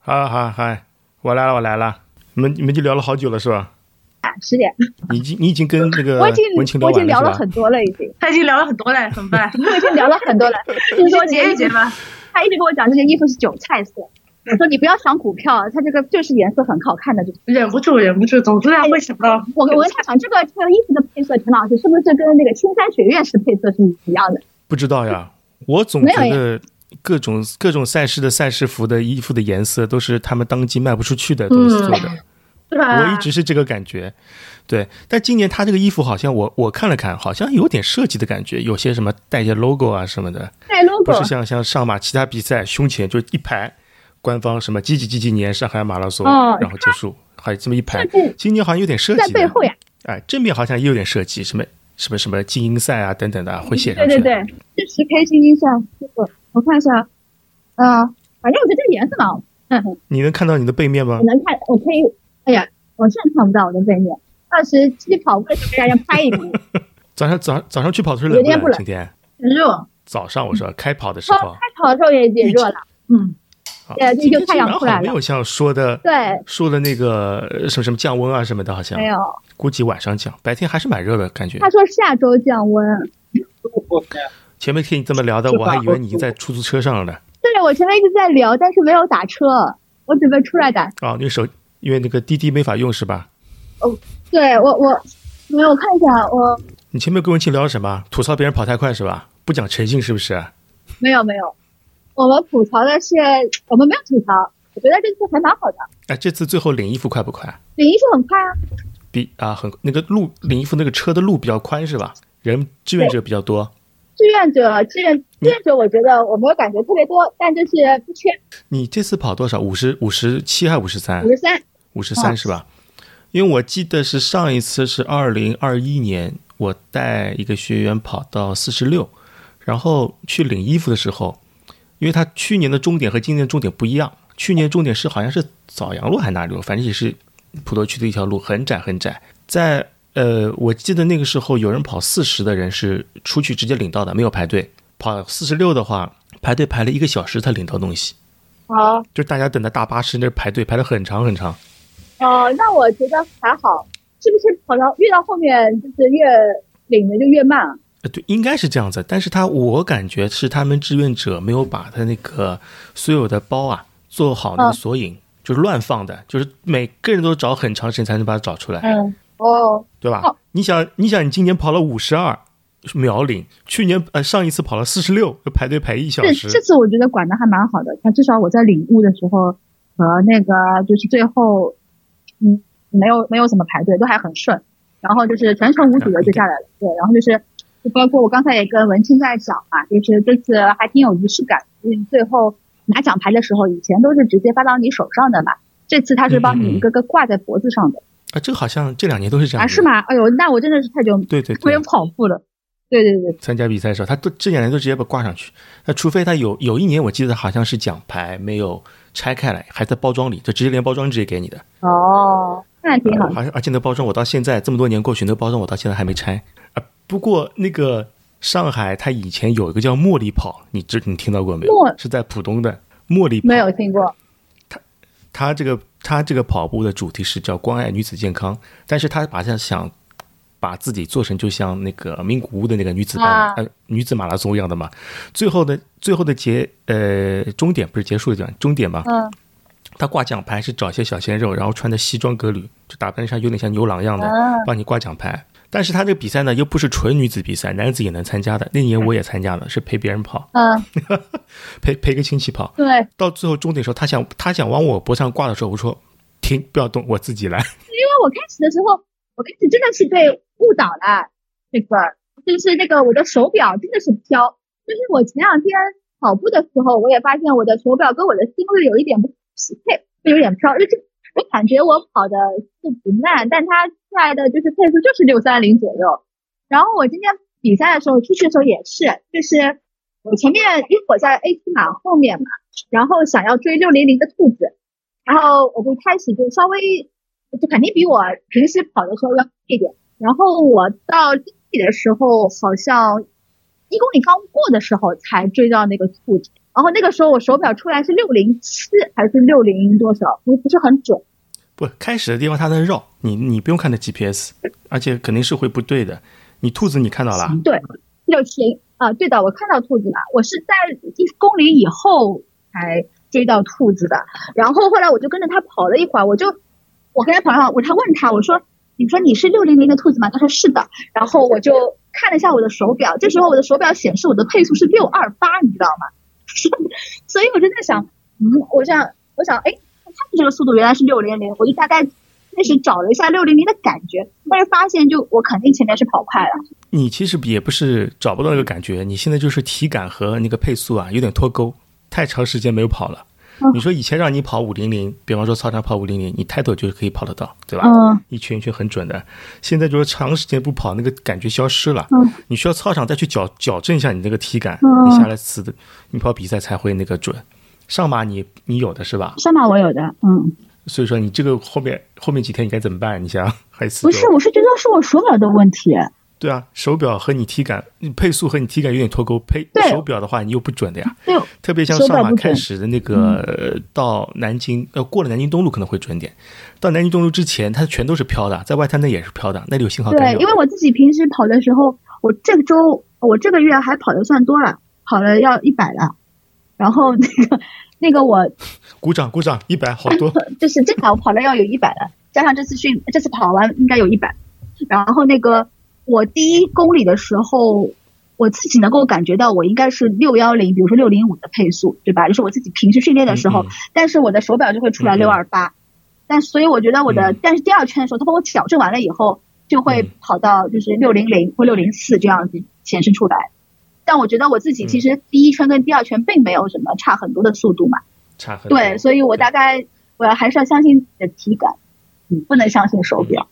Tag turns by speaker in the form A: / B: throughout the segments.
A: 好好嗨，我来了，我来了。你们你们就聊了好久了是吧？
B: 十点，
A: 你已经你已经跟那个
B: 我已经
A: 文清聊
B: 我已经
A: 完
B: 聊了
A: 了是吧？
B: 很多了，已经，
C: 他已经聊了很多了，怎么办？
B: 我已经聊了很多了。听说
C: 先结
B: 你
C: 一结吧。
B: 他一直跟我讲这件衣服是韭菜色，我说你不要想股票，它这个就是颜色很好看的。就是
C: 忍不住，忍不住，总之让会想
D: 哎
C: 到
B: 我我跟他讲这个这个衣服的配色，陈老师是不是跟那个青山学院是配色是一样的？
A: 不知道呀，我总
B: 没有
A: 觉得各种各种赛事的赛事服的衣服的颜色都是他们当季卖不出去的东
B: 嗯
A: 西做 的。
C: 对
B: 啊
C: 吧？
D: 啊
A: 我一直是这个感觉，对。但今年他这个衣服好像我我看了看，好像有点设计的感觉，有些什么带一些 logo 啊什么的，
B: 带
A: 不
B: logo
A: 是像像上马其他比赛胸前就一排官方什么几几几几年上海马拉松，
B: 哦
A: 然后结束，还有这么一排
B: 设计。
A: 今年好像有点设
B: 在
A: 计的，
B: 背后呀，
A: 哎，正面好像也有点设计，什么什么什么精英赛啊等等的啊会写上
B: 对
A: 去。
B: 对对，是十 K 精英赛，这个我看一下，呃，反正我觉得这个颜色嘛，嗯，
A: 你能看到你的背面吗
B: 我？能看，我可以，哎呀，我现在看不到我的背面。二十七跑步的时候，让人拍一个，
A: 早上早早上去跑的时候冷
B: 有点
A: 不
B: 不冷嗯
A: 今天
C: 很热，
A: 早上我说开跑的时
B: 超
A: 候
B: 开，跑哦的时候也也热了，
C: 嗯，
A: 啊
B: 对
A: 今
B: 就
A: 天
B: 太阳
A: 基本上
B: 出来
A: 好像没
B: 了
A: 有像说的
B: 对，
A: 说的那个呃什么什么降温啊什么的，好像
B: 没有。
A: 估计晚上降，白天还是蛮热的感觉
B: 他。说下周降温，
A: 前面听你这么聊的，
C: 是
A: 我
C: 吧
A: 还以为你已经在出租车上了呢。
B: 对我前面一直在聊，但是没有打车，我准备出来打。
A: 哦，那个手因为那个滴滴没法用是吧？
B: 对我我没有我看一下，我
A: 你前面跟文清聊了什么？吐槽别人跑太快是吧？不讲诚信是不是？
B: 没有没有，我们吐槽的是我们没有吐槽，我觉得这次还蛮好的，
A: 哎，这次最后领衣服快不快？
B: 领衣是很快啊，
A: 比啊很那个路领衣服那个车的路比较宽是吧？人志愿者比较多。
B: 志愿者志愿志愿者，我觉得我没有感觉特别多，但就是不缺
A: 你这次跑多少？五十五十七还五十三
B: 五？十三，
A: 五十三是吧？因为我记得是上一次是二零二一年，我带一个学员跑到四十六，然后去领衣服的时候，因为他去年的终点和今年的终点不一样，去年终点是好像是枣阳路还是哪里路，反正也是普陀区的一条路，很窄很窄。在呃，我记得那个时候有人跑四十的人是出去直接领到的，没有排队。跑四十六的话，排队排了一个小时才领到东西，
B: 好
A: 就大家等的大巴士那排队排了很长很长。
B: 哦，那我觉得还好，是不是跑到越到后面就是越领的就越慢啊？
A: 呃，对，应该是这样子。但是他，我感觉是他们志愿者没有把他那个所有的包啊做好那个
B: 嗯
A: 索引，就是乱放的，就是每个人都找很长时间才能把它找出来，
C: 嗯，
B: 哦，
A: 对吧？
B: 哦
A: 你想，你想，你今年跑了五十二秒领，去年呃上一次跑了四十六，就排队排一小
B: 这
A: 时
B: 这，次我觉得管的还蛮好的，他至少我在领悟的时候和那个就是最后，嗯，没有没有怎么排队，都还很顺，然后就是全程无阻的就下来了，对，然后就是就包括我刚才也跟文清在讲嘛，就是这次还挺有仪式感，嗯，最后拿奖牌的时候，以前都是直接发到你手上的嘛，这次他是帮
A: 嗯嗯嗯
B: 你一个个挂在脖子上的、
A: 啊，这个好像这两年都是这样
B: 啊，
A: 子
B: 是？吗？哎呦，那我真的是太久
A: 对对
B: 没
A: 对
B: 有，跑步了，对对对，
A: 参加比赛的时候，他都这两年都直接把它挂上去。那除非他有有一年，我记得好像是奖牌没有拆开来，还在包装里，就直接连包装直接给你的。
B: 哦，那挺好的，
A: 好像而且那包装我到现在这么多年过去，那包装我到现在还没拆啊。不过那个上海，它以前有一个叫茉莉跑，你知你听到过没有
B: 茉？
A: 是在浦东的茉莉跑，
B: 没有听过。
A: 它这个它这个跑步的主题是叫关爱女子健康，但是它把它想把自己做成就像那个名古屋的那个女子半、
B: 啊
A: 呃女子马拉松一样的嘛。最后的最后的结呃终点不是结束的地方，终点嘛，
B: 嗯，
A: 他挂奖牌是找一些小鲜肉，然后穿的西装革履，就打扮上有点像牛郎一样的
B: 啊，
A: 帮你挂奖牌。但是他这个比赛呢，又不是纯女子比赛，男子也能参加的。那年我也参加了，是陪别人跑，
B: 嗯，
A: 陪陪个亲戚跑。
B: 对，因
A: 到最后终点的时候，他想他想往我脖上挂的时候，我说停，不要动，我自己来。
B: 为我开始的时候，我开始真的是被误导了，那个就是那个我的手表真的是飘，就是我前两天跑步的时候，我也发现我的手表跟我的心率有一点不匹配，就有点飘，就是我感觉我跑的是不慢，但它出来的就是配速就是六三零左右。然后我今天比赛的时候出去的时候也是，就是我前面因为我在 A 区马后面嘛，然后想要追六零零的兔子，然后我就开始就稍微就肯定比我平时跑的时候要快一点。然后我到第一里的时候，好像一公里刚过的时候才追到那个兔子，然后那个时候我手表出来是六零七还是六零多少，我不是很准。
A: 不，开始的地方它在绕，你你不用看它 GPS，而且肯定是会不对的。你兔子你看到了啊，
B: 对，六七啊，对的，我看到兔子了，我是在一公里以后才追到兔子的。然后后来我就跟着他跑了一会儿，我就我跟他跑上，我他问他，我说你说你是六零零的兔子吗？他说是的。然后我就看了一下我的手表，这时候我的手表显示我的配速是六二八，你知道吗？ 所以我就在想，嗯，我想我想，哎，他的这个速度原来是六零零，我就大概。开始找了一下六零零的感觉，但是发现就我肯定前面是跑快了。
A: 你其实也不是找不到那个感觉，你现在就是体感和那个配速啊有点脱钩，太长时间没有跑了。
B: 嗯
A: 你说以前让你跑五零零，比方说操场跑五零零，你抬头就可以跑得到，对吧？
B: 嗯，
A: 一圈一圈很准的。现在就是长时间不跑，那个感觉消失了。
B: 嗯
A: 你需要操场再去矫矫正一下你那个体感，你
B: 嗯
A: 下来次的你跑比赛才会那个准。上马你你有的是吧？
B: 上马我有的，嗯，
A: 所以说你这个后面后面几天你该怎么办？你想还有四
B: 不
A: 周
B: 是，我是觉得是我手表的问题。
A: 对啊，手表和你体感你配速和你体感有点脱钩，配
B: 对
A: 手表的话你又不准的呀。
B: 对，
A: 特别像
B: 手表
A: 上马
B: 不准嗯
A: 开始的那个、呃到南京，呃，过了南京东路可能会准点。到南京东路之前，它全都是飘的，在外滩那也是飘的，那里有信号干扰
B: 对
A: 的。，
B: 因为我自己平时跑的时候，我这个周我这个月还跑的算多了，跑了要一百了。然后那个 那个我
A: 鼓掌鼓掌，一百好多。
B: 就是正常我跑了要有一百了，加上这次训这次跑完应该有一百。然后那个我第一公里的时候，我自己能够感觉到我应该是六幺零，比如说六零五的配速，对吧？就是我自己平时训 练的时候，
A: 嗯嗯
B: 但是我的手表就会出来
A: 嗯嗯
B: 六二八，但所以我觉得我的，
A: 嗯
B: 但是第二圈的时候，它帮我矫正完了以后，就会
A: 嗯
B: 跑到就是六零零或六零四这样子显示出来。但我觉得我自己
A: 嗯
B: 其实第一圈跟第二圈并没有什么差很多的速度嘛，
A: 差很多。
B: 对，所以我大概我要还是要相信你的体感，嗯，不能相信手表。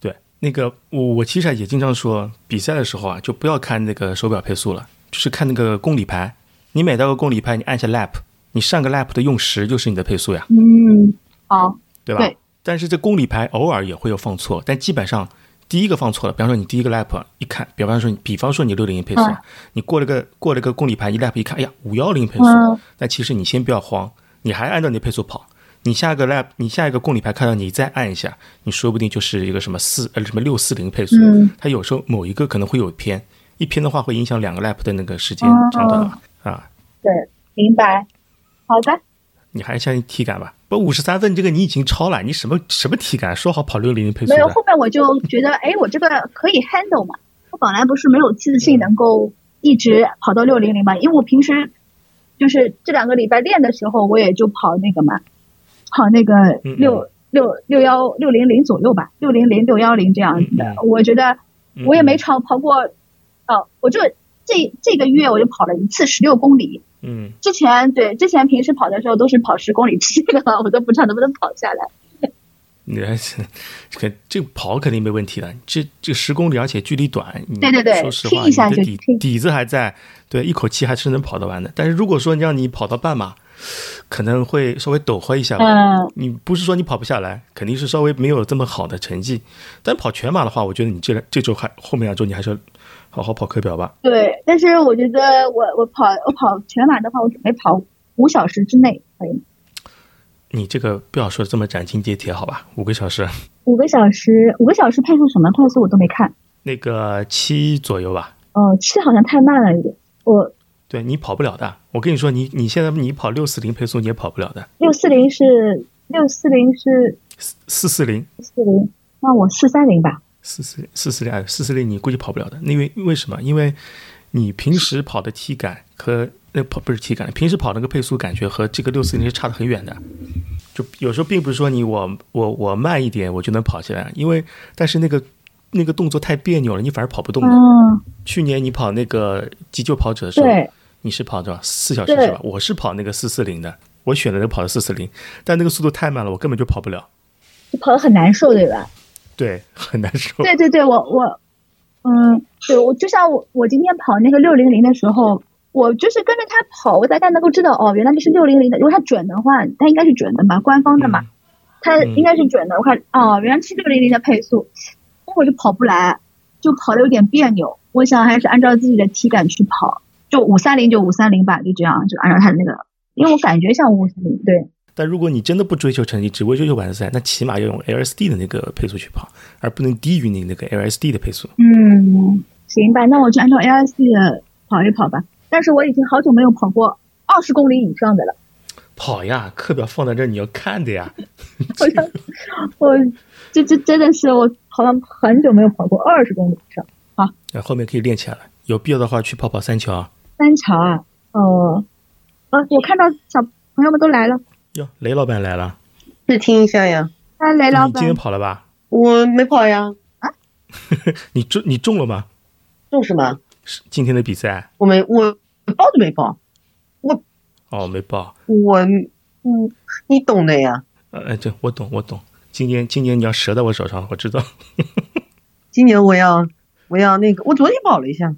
A: 对，那个我我其实也经常说，比赛的时候啊，就不要看那个手表配速了，就是看那个公里牌。你每到个公里牌，你按下 lap，你上个 lap 的用时就是你的配速呀，
B: 嗯，好，
A: 对吧？
B: 对
A: 但是这公里牌偶尔也会有放错，但基本上第一个放错了，比方说你第一个 lap 一看，比方说你比方说你六零零配速，
B: 嗯
A: 你过了个过了个公里牌，你 lap 一看，哎呀五幺零配速，
B: 嗯
A: 但其实你先不要慌，你还按照你的配速跑。你下一个 lap，你下一个公里牌看到你再按一下，你说不定就是一个什么四呃什么六四零配速，
B: 嗯
A: 它有时候某一个可能会有偏，一偏的话会影响两个 lap 的那个时间
B: 哦
A: 长短嘛啊。
B: 对，明白。好的，
A: 你还相信体感吧？不，五十三分这个你已经超了，你什么什么体感？说好跑六零零配速
B: 没有，
A: 的，
B: 后面我就觉得，哎，我这个可以 handle 嘛。我本来不是没有自信能够一直跑到六零零嘛，因为我平时就是这两个礼拜练的时候，我也就跑那个嘛，跑那个
A: 嗯嗯
B: 六六六幺六零零左右吧，六零零六幺零这样子的。
A: 嗯
B: 我觉得
A: 嗯
B: 我也没超跑过，哦，我就这这个月我就跑了一次十六公里，
A: 嗯，
B: 之前对之前平时跑的时候都是跑十公里之类的，我都不知道能不能跑下来。
A: 你还是这个这个跑肯定没问题的。这这十公里，而且距离短，你
B: 对对对
A: 说实话，
B: 拼一下
A: 你
B: 就
A: 的底
B: 拼
A: 底子还在，对，一口气还是能跑得完的。但是如果说你让你跑到半马，可能会稍微抖和一下吧。
B: 嗯，
A: 你不是说你跑不下来，肯定是稍微没有这么好的成绩。但跑全马的话，我觉得你这这周还后面两啊周你还是要好好跑课表吧。
B: 对，但是我觉得我我跑我跑全马的话，我准备跑五小时之内可以吗？
A: 你这个不要说得这么斩钉截铁，好吧？五个小时，
B: 五个小时，五个小时配速什么配速我都没看，
A: 那个七左右吧。
B: 哦，七好像太慢了一点，我
A: 对你跑不了的，我跟你说，你你现在你跑六四零配速你也跑不了的，
B: 六四零是六四零是
A: 四四零
B: 四零，那我四三零吧，
A: 四四四四零哎四四零你估计跑不了的，因为为什么？因为你平时跑的体感和那跑不是体感，平时跑那个配速感觉和这个六四零是差得很远的。就有时候并不是说你我我我慢一点我就能跑起来，因为但是那个那个动作太别扭了，你反而跑不动的。
B: 嗯，
A: 去年你跑那个急救跑者的时候，
B: 对，
A: 你是跑多少？四小时
B: 对
A: 是吧？我是跑那个四四零的，我选的那个跑了四四零，但那个速度太慢了，我根本就跑不了，
B: 就跑得很难受，对吧？
A: 对， 很难受。
B: 对对对，我我，嗯，对我就像我我今天跑那个六零零的时候，我就是跟着他跑，我大概能够知道哦，原来这是六零零的。如果他准的话，他应该是准的嘛，官方的嘛，
A: 嗯
B: 他
A: 嗯
B: 应该是准的。我看哦，原来是六零零的配速，那我就跑不来，就跑的有点别扭。我想还是按照自己的体感去跑，就五三零就五三零吧，就这样就按照他的那个，因为我感觉像五三零，对，
A: 但如果你真的不追求成绩，只为追求完赛，那起码要用 LSD 的那个配速去跑，而不能低于你那个 LSD 的配速。
B: 嗯，行吧，那我就按照 LSD 的跑一跑吧。但是我已经好久没有跑过二十公里以上的了，
A: 跑呀，课表放在这儿，你要看的呀。
B: 好像我这这真的是我好像很久没有跑过二十公里以上。
A: 那后面可以练起来了，有必要的话去跑跑三桥啊。
B: 三桥啊，哦、呃，我看到小朋友们都来了，
A: 哟，雷老板来了，
E: 试听一下呀。
B: 哎，雷老
A: 你今天
B: 板，
A: 跑了吧？
E: 我没跑呀，
A: 你中你中了吗？
E: 中什么？
A: 是今天的比赛
E: 我没，我报都没报，
A: 哦，没报。
E: 我嗯，你懂的呀。
A: 呃，对，我懂，我懂。今年今年你要折在我手上，我知道。
E: 今年我要我要那个，我昨天报了一下。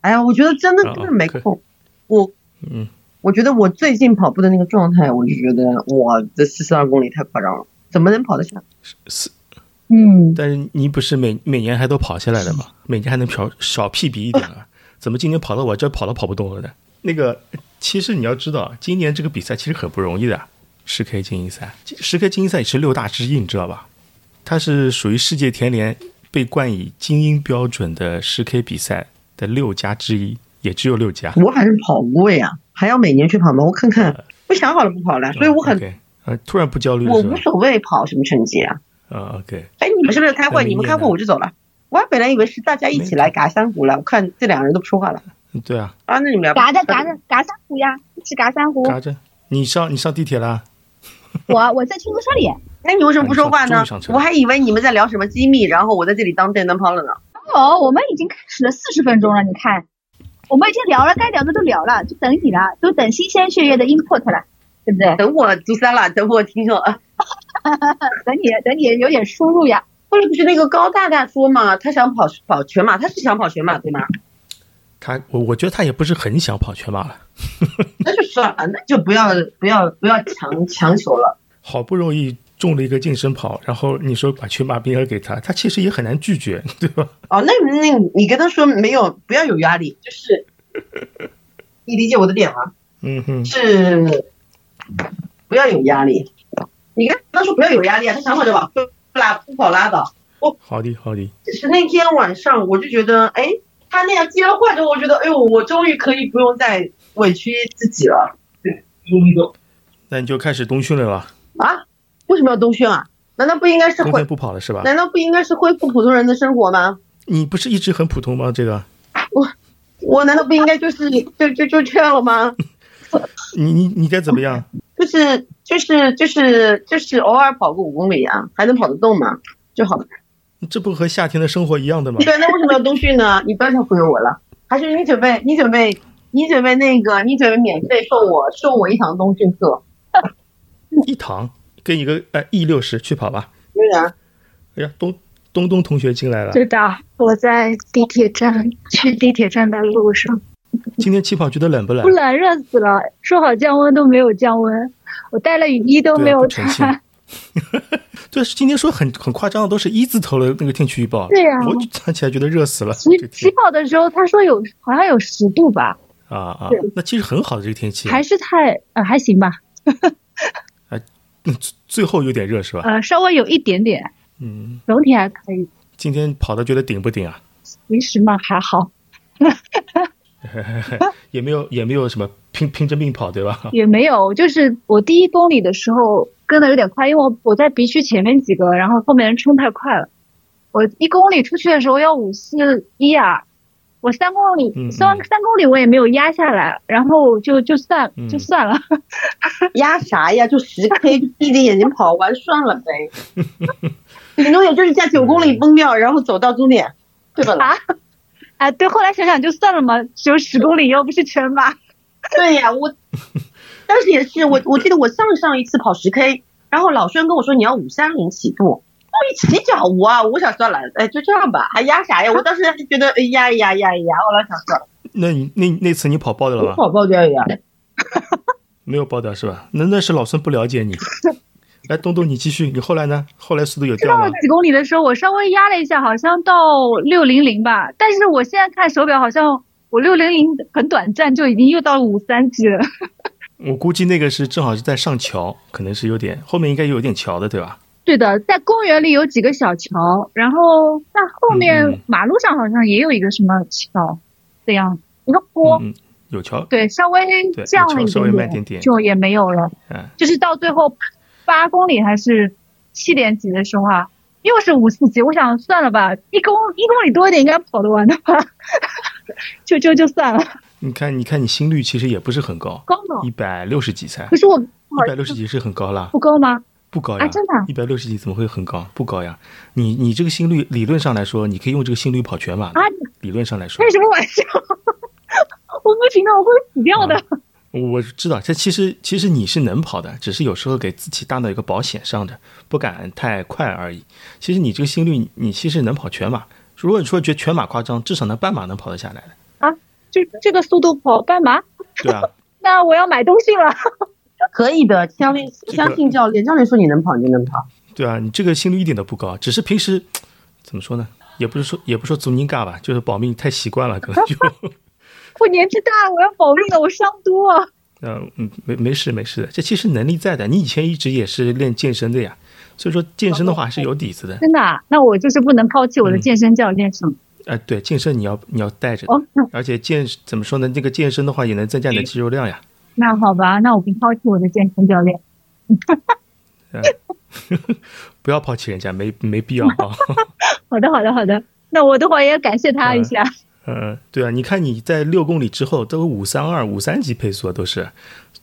E: 哎呀，我觉得真的
A: 啊
E: 根本没
A: 可以
E: 空。我
A: 嗯，
E: 我觉得我最近跑步的那个状态，我就觉得我这四十二公里太夸张了，怎么能跑得下？
A: 是，
B: 嗯，
A: 但是你不是每每年还都跑下来的 吗？每年还能少少屁比一点啊？怎么今年跑到我这儿跑都跑不动了呢？那个，其实你要知道，今年这个比赛其实很不容易的。十 K 精英赛，十 K 精英赛也是六大之一，你知道吧？它是属于世界田联被冠以精英标准的十 K 比赛的六家之一，也只有六家。
E: 我还是跑步呀，还要每年去跑吗？我看看，不想好了不跑了，所以我很、
A: 呃 OK，呃，突然不焦虑了
E: 我
A: 是吧
E: 无？所谓跑什么成绩啊。
A: 啊，OK，
E: 哎，你们是不是开
A: 那
E: 会？
A: 明
E: 你们
A: 年
E: 开会
A: 呢
E: 我就走了。我还本来以为是大家一起来嘎山谷了，我看这两个人都不说话了
A: 对啊，
E: 啊。那你们俩
B: 嘎的嘎的嘎三胡呀，一起嘎三胡，
A: 嘎着，你上你上地铁啦？
B: 我我在出租车里，
E: 那你为什么不说话
A: 终
E: 呢
A: 于啊上车？了
E: 我还以为你们在聊什么机密，然后我在这里当电灯泡了呢。
B: 哦，我们已经开始了四十分钟了，你看，我们已经聊了，该聊的都聊了，就等你了，就等新鲜血液的 input 了，对不对？
E: 等我读三了， 等我听众啊，
B: 等你等你有点输入呀，
E: 后来不是那个高大大说嘛，他想跑跑全马，他是想跑全马对吗？
A: 他我我觉得他也不是很想跑全马了。
E: 那就算了，那就不要不要不要强强求了。
A: 好不容易中了一个健身跑，然后你说把全马名额给他，他其实也很难拒绝，对吧？
E: 哦，那那你跟他说没有，不要有压力，就是你理解我的点吗？
A: 嗯哼，
E: 是不要有压力。你跟他说不要有压力啊，他想跑就跑，不拉不跑拉倒。
A: 好的好的，
E: 只是那天晚上我就觉得，哎，他那样接了话之后，我觉得，哎呦，我终于可以不用再委屈自己了。对，
A: 那你就开始冬训了吧？
E: 啊，为什么要冬训啊？难道不应该是
A: 冬天
E: 恢？
A: 不跑了是吧？
E: 难道不应该是恢复普通人的生活吗？
A: 你不是一直很普通吗？这个，
E: 我难道不应该就是就就就这样了吗？
A: 你你你该怎么样？
D: 哦
E: 就是就是就是就是偶尔跑个五公里啊，还能跑得动吗？就好
A: 这不和夏天的生活一样的吗？
E: 对，那为什么要冬训呢？你不要再忽悠我了，还是你准备，你准备，你准备那个，你准备免费送我送我一堂冬训课？
A: 一堂给你个呃 E 六十去跑吧。
E: 对啊，
A: 哎呀，东东东同学进来了，
D: 的，我在地铁站去地铁站的路上，
A: 今天气跑觉得冷不冷
D: 不？冷，热死了。说好降温都没有降温，我带了雨衣都没
A: 对啊，
D: 有
A: 不诚信
D: 穿。。
A: 对，今天说很很夸张的都是一字头的那个天气预报。
D: 对呀
A: 我看起来觉得热死了。
D: 起
A: 这
D: 起
A: 天
D: 跑的时候，他说有好像有十度吧，
A: 啊啊
D: 对，
A: 那其实很好的这个天气。
D: 还是太呃还行吧，
A: 嗯，最最后有点热
B: 啊
A: 是吧？
D: 呃稍微有一点点，
A: 嗯，
D: 总体还可以，
A: 今天跑的觉得顶不顶啊？
D: 其实嘛还好，
A: 也没有也没有什么拼拼着命跑对吧？
B: 嗯
D: 也没有。就是我第一公里的时候跟的有点快，因为我我在 B 区前面几个，然后后面人冲太快了。我一公里出去的时候要五四一啊，我三公里
A: 嗯嗯
D: 三三公里我也没有压下来，然后就就算
A: 嗯
D: 就算了。
E: 压啥呀？就十 K，闭着眼睛跑完算了呗。 顶多也就是在九公里崩掉，然后走到终点，对吧？
D: 啊哎，对，后来想想就算了嘛，只有十公里，又不是 全马。
E: 对呀、我 当时也是，我我记得我上上一次跑十 K，然后老轩跟我说你要五三零起步，我一起脚无啊，我想算了，哎，就这样吧，还压啥呀？我当时还觉得哎压一压压一压，后来想算了，
A: 那你那那次你跑爆掉了
E: 我
A: 吗？
E: 跑爆掉呀。
A: 没有爆掉是吧？那那是老孙不了解你。来，东东你继续，你后来呢？后来速度有掉
D: 到
A: 吗
D: 了？几公里的时候，我稍微压了一下，好像到六零零吧。但是我现在看手表，好像
B: 我六零零很短暂就已经又到了五三级了。
A: 我估计那个是正好是在上桥，可能是有点后面应该有点桥的，对吧？
B: 对的，在公园里有几个小桥，然后在后
A: 嗯嗯
B: 面马路上好像也有一个什么桥的样子，一个坡。
A: 嗯，嗯有桥，
B: 对，稍微
A: 对
B: 降
A: 有
B: 了一
A: 桥稍微慢点
B: 点
A: 点
B: 就也没有了。
A: 嗯
B: 就是到最后八公里还是七点几的时候啊，又是五四级。我想算了吧，一公一公里多一点应该跑得完的吧， 就就就算了。
A: 你看，你看你心率其实也不是很高，
B: 高吗？
A: 一百六十几才，
B: 可是我
A: 一百六十几是很高啦，
B: 不高吗？
A: 不高呀
B: 啊，，真的啊
A: 一百六十几怎么会很高？不高呀，你你这个心率理论上来说，你可以用这个心率跑全马的，
B: 啊
A: 理论上来说
B: 开，什么玩 笑？我不行的，啊我会死掉
A: 啊
B: 的。
A: 我我知道，这其实其实你是能跑的，只是有时候给自己搭到一个保险上的，不敢太快而已。其实你这个心率，你你其实能跑全马。如果你说觉得全马夸张，至少能半马能跑得下来的，
B: 就这个速度跑半马，
A: 对啊。
B: 那我要买东西了。
E: 可以的，相信
A: 个
E: 相信教练，教练说你能跑你就能跑，
A: 对啊，你这个心率一点都不高，只是平时怎么说呢？也不是说也不是说足宁尬吧，就是保命太习惯了，可能就
B: 我年纪大了，我要保命了，我伤多啊。
A: 呃嗯没没事没事的，这其实能力在的。你以前一直也是练健身的呀，所以说健身的话还是有底子的。
B: 真的、啊，那我就是不能抛弃我的健身教练，是吗？
A: 哎、对，健身你要你要带着的，
B: 哦，那
A: 而且健怎么说呢？那个健身的话也能增加你的肌肉量呀。
B: 那好吧，那我不抛弃我的健身教练。
A: 呃不要抛弃人家，没没必 要啊。
B: 好的，好的，好的。那我等会儿也感谢他一下。
A: 呃，对啊，你看你在六公里之后都五三二、五三级配速啊，都是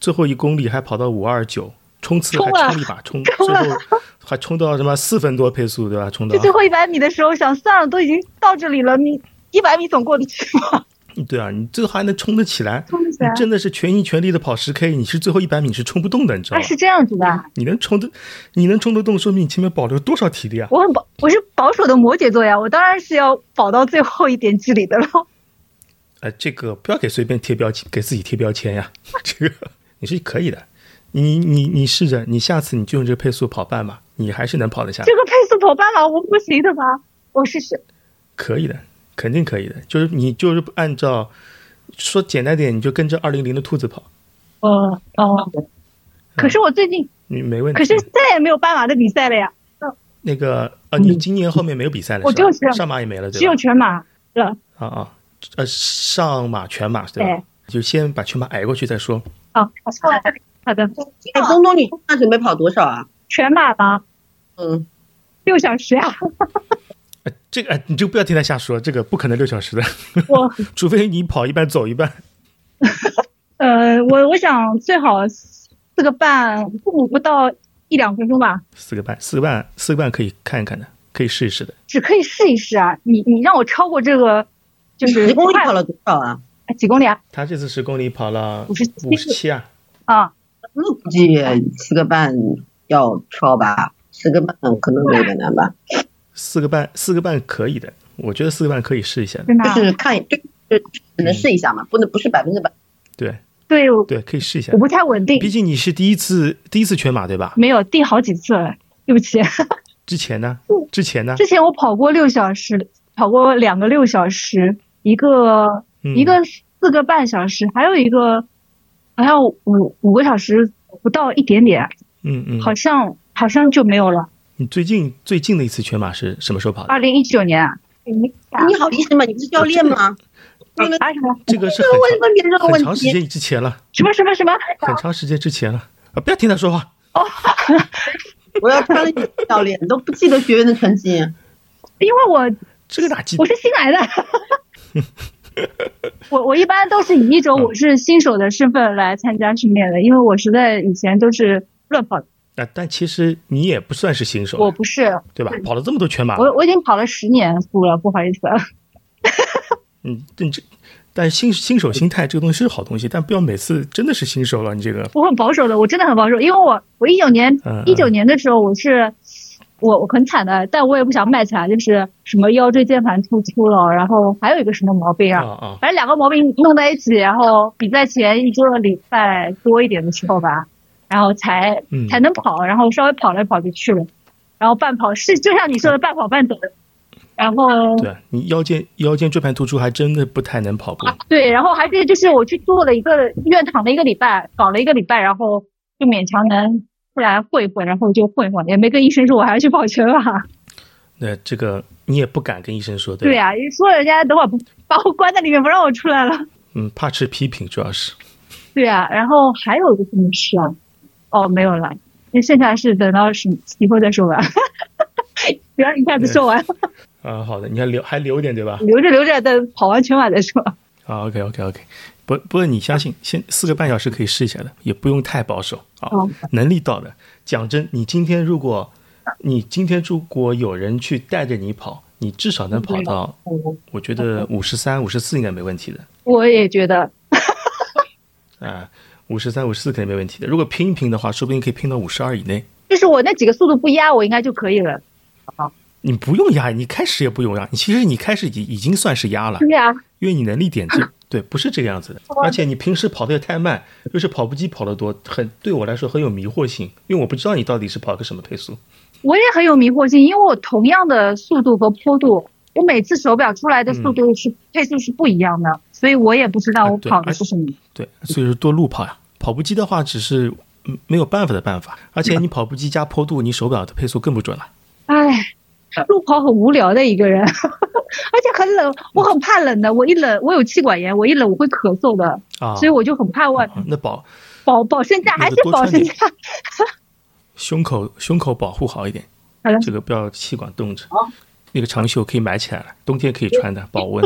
A: 最后一公里还跑到五二九，冲刺还
B: 冲了
A: 冲了一把，冲最后还冲到什么四分多配速对吧？冲到
B: 就最后一百米的时候，想算了，都已经到这里了，你一百米总过得去吗？
A: 对啊，你最后还能冲得起来，
B: 冲得起
A: 你
B: 来
A: 真的是全心全力的跑十 K，你是最后一百米是冲不动的，你知道
B: 啊，
A: 吗？
B: 是这样子的啊。
A: 你能冲得，你能冲得动，说明你前面保留多少体力啊？
B: 我很保，我是保守的摩羯座呀，我当然是要保到最后一点距离的了。
A: 呃，这个不要给随便贴标签，给自己贴标签呀。 这个你是可以的，你你你试着，你下次你就用这个配速跑半马，你还是能跑得下来
B: 这，个配速跑半马，我不行的吧？我试试。
A: 可以的，肯定可以的。就是你就是按照说简单点，你就跟着二零零的兔子跑，
B: 哦哦。可是我最近，
A: 你没 问题。
B: 可是再也没有半马的比赛了呀，
A: 那个呃，你今年后面没有比赛了，
B: 嗯我
A: 是吧
B: 就是
A: 上马也没了，对
B: 只
A: 吧
B: 有？全马了。
A: 啊啊，呃，上马全马对吧
B: 对？
A: 就先把全马挨过去再说。
B: 哦，好的，好的，
E: 哎，东东，你那准备跑多少啊？
B: 全马吗？
E: 嗯，
B: 六小时啊！
A: 呃这个、呃你就不要听他瞎说，这个不可能六小时的，
B: 我
A: 除非你跑一半走一半。
B: 呃，我我想最好四个半，不不到一两分钟吧，
A: 四个半，四个半，四个半可以看一看的，可以试一试的。
B: 只可以试一试啊。你你让我超过这个，就
E: 你
B: 是
E: 十公里
B: 快
E: 跑了多少啊？
B: 哎几公里啊？
A: 他这次十公里跑了
B: 五十
A: 五十七啊，
B: 啊，
E: 我估计四个半要超吧，四个半可能有点难吧，
A: 四个半，四个半可以的，我觉得四个半可以试一下的。
B: 真的啊、
E: 就是看，就就只能试一
A: 嗯
E: 下嘛，不能不是百分之百。
A: 对
B: 对，我
A: 对，可以试一下
B: 我。不太稳定
A: 毕，竟你是第一次第一次全马对吧？
B: 没有定好几次了，对不起。
A: 之前呢？
B: 嗯
A: 之前呢？
B: 之前我跑过六小时，跑过两个六小时，一个、
A: 嗯
B: 一个四个半小时，还有一个好像五五个小时不到一点点，
A: 嗯嗯，
B: 好像好像就没有了。
A: 你最近最近的一次全马是什么时候跑的？
B: 二零一九年啊，
E: 你好意思吗？你不是教练吗？那个
B: 啊什么
A: 这个是
E: 问
A: 很
E: 问别人这
A: 长很
E: 个问
A: 长时
E: 题，
A: 间之前了，
B: 什么什么什么，
A: 很长时间之前了啊！不要听他说话。
E: 我要穿了你的教练，都不记得学员的成绩。
B: 因为我
A: 这个哪记得
B: 我？是新 来的。我我一般都是以一
A: 嗯
B: 种我是新手的身份来参加训练的，因为我实在以前都是乱跑的，
A: 啊，但其实你也不算是新手
B: 我
A: 啊，
B: 不是，
A: 对吧？跑了这么多全马，
B: 我我已经跑了十年步了，不好意思。啊
A: 嗯，但这但新新手心态这个东西是好东西，但不要每次真的是新手了，你这个
B: 我很保守的，我真的很保守，因为我我一九年
A: 嗯嗯
B: 一九年的时候我是我我很惨的，但我也不想卖惨，就是什么腰椎间盘突出了，然后还有一个什么毛病
A: 啊
B: 啊，
A: 啊，
B: 反正两个毛病弄在一起，然后比赛前一个礼拜多一点的时候吧，然后才
A: 嗯
B: 才能跑，然后稍微跑来跑去去了，然后半跑是就像你说的半跑半走的，
D: 然后
A: 对你腰间腰间椎盘突出还真的不太能跑
B: 啊
A: 步。
D: 对，然后还是就是我去做了一个医院躺了一个礼拜，搞了一个礼拜，然后就勉强能出来混一混，然后就混一混，也没跟医生说我还要去跑圈吧。
A: 那这个你也不敢跟医生说，对吧？
D: 对啊呀、说了人家等会儿不把我关在里面不让我出来了。
A: 嗯，怕吃批评主要是。
D: 对呀、然后还有一个什么事啊？哦，没有了，那剩下是等到是以后再说吧。 不要一下子说完，
A: 啊，好的，你还留还留一点对吧？
D: 留着留着等跑完全马再说。
A: 啊，OK OK OK，不不过你相信，先四个半小时可以试一下的，也不用太保守啊，
D: 哦
A: 能力到的。讲真，你今天如果你今天如果有人去带着你跑，你至少能跑到，我觉得五十三、五十四应该没问题的
D: 我也觉得，
A: 啊，五十三、五十四肯定没问题的。如果拼一拼的话，说不定可以拼到五十二以内。
D: 就是我那几个速度不压，我应该就可以了。
A: 你不用压，你开始也不用压，你其实你开始已已经算是压了，
D: 对啊呀、
A: 因为你能力点这
D: 嗯
A: 对不是这个样子的，
D: 哦
A: 而且你平时跑得也太慢，又是跑步机跑得多，很对我来说很有迷惑性，因为我不知道你到底是跑个什么配速。
D: 我也很有迷惑性，因为我同样的速度和坡度，我每次手表出来的速度是、配速是不一样的，所以我也不知道
A: 嗯啊
D: 我
A: 对
D: 跑的是什么。
A: 对，所以说多路跑呀，跑步机的话只是嗯没有办法的办法，而且你跑步机加坡度，你手表的配速更不准了。
D: 唉，
A: 呃
D: 路跑很无聊的一个人， 而且很
A: 嗯
D: 冷，我很怕冷的。我一冷，我有气管炎，我一冷我会咳嗽的，
A: 啊，
D: 所以我就很怕我
A: 啊那保
D: 保保身价
A: 那
D: 还
A: 就是多
D: 保
A: 穿
D: 身
A: 点
D: 价。
A: 胸口胸口保护好一点，
D: 好的
A: 这个不要气管冻着。那个长袖可以买起来了，冬天可以穿的，保 温。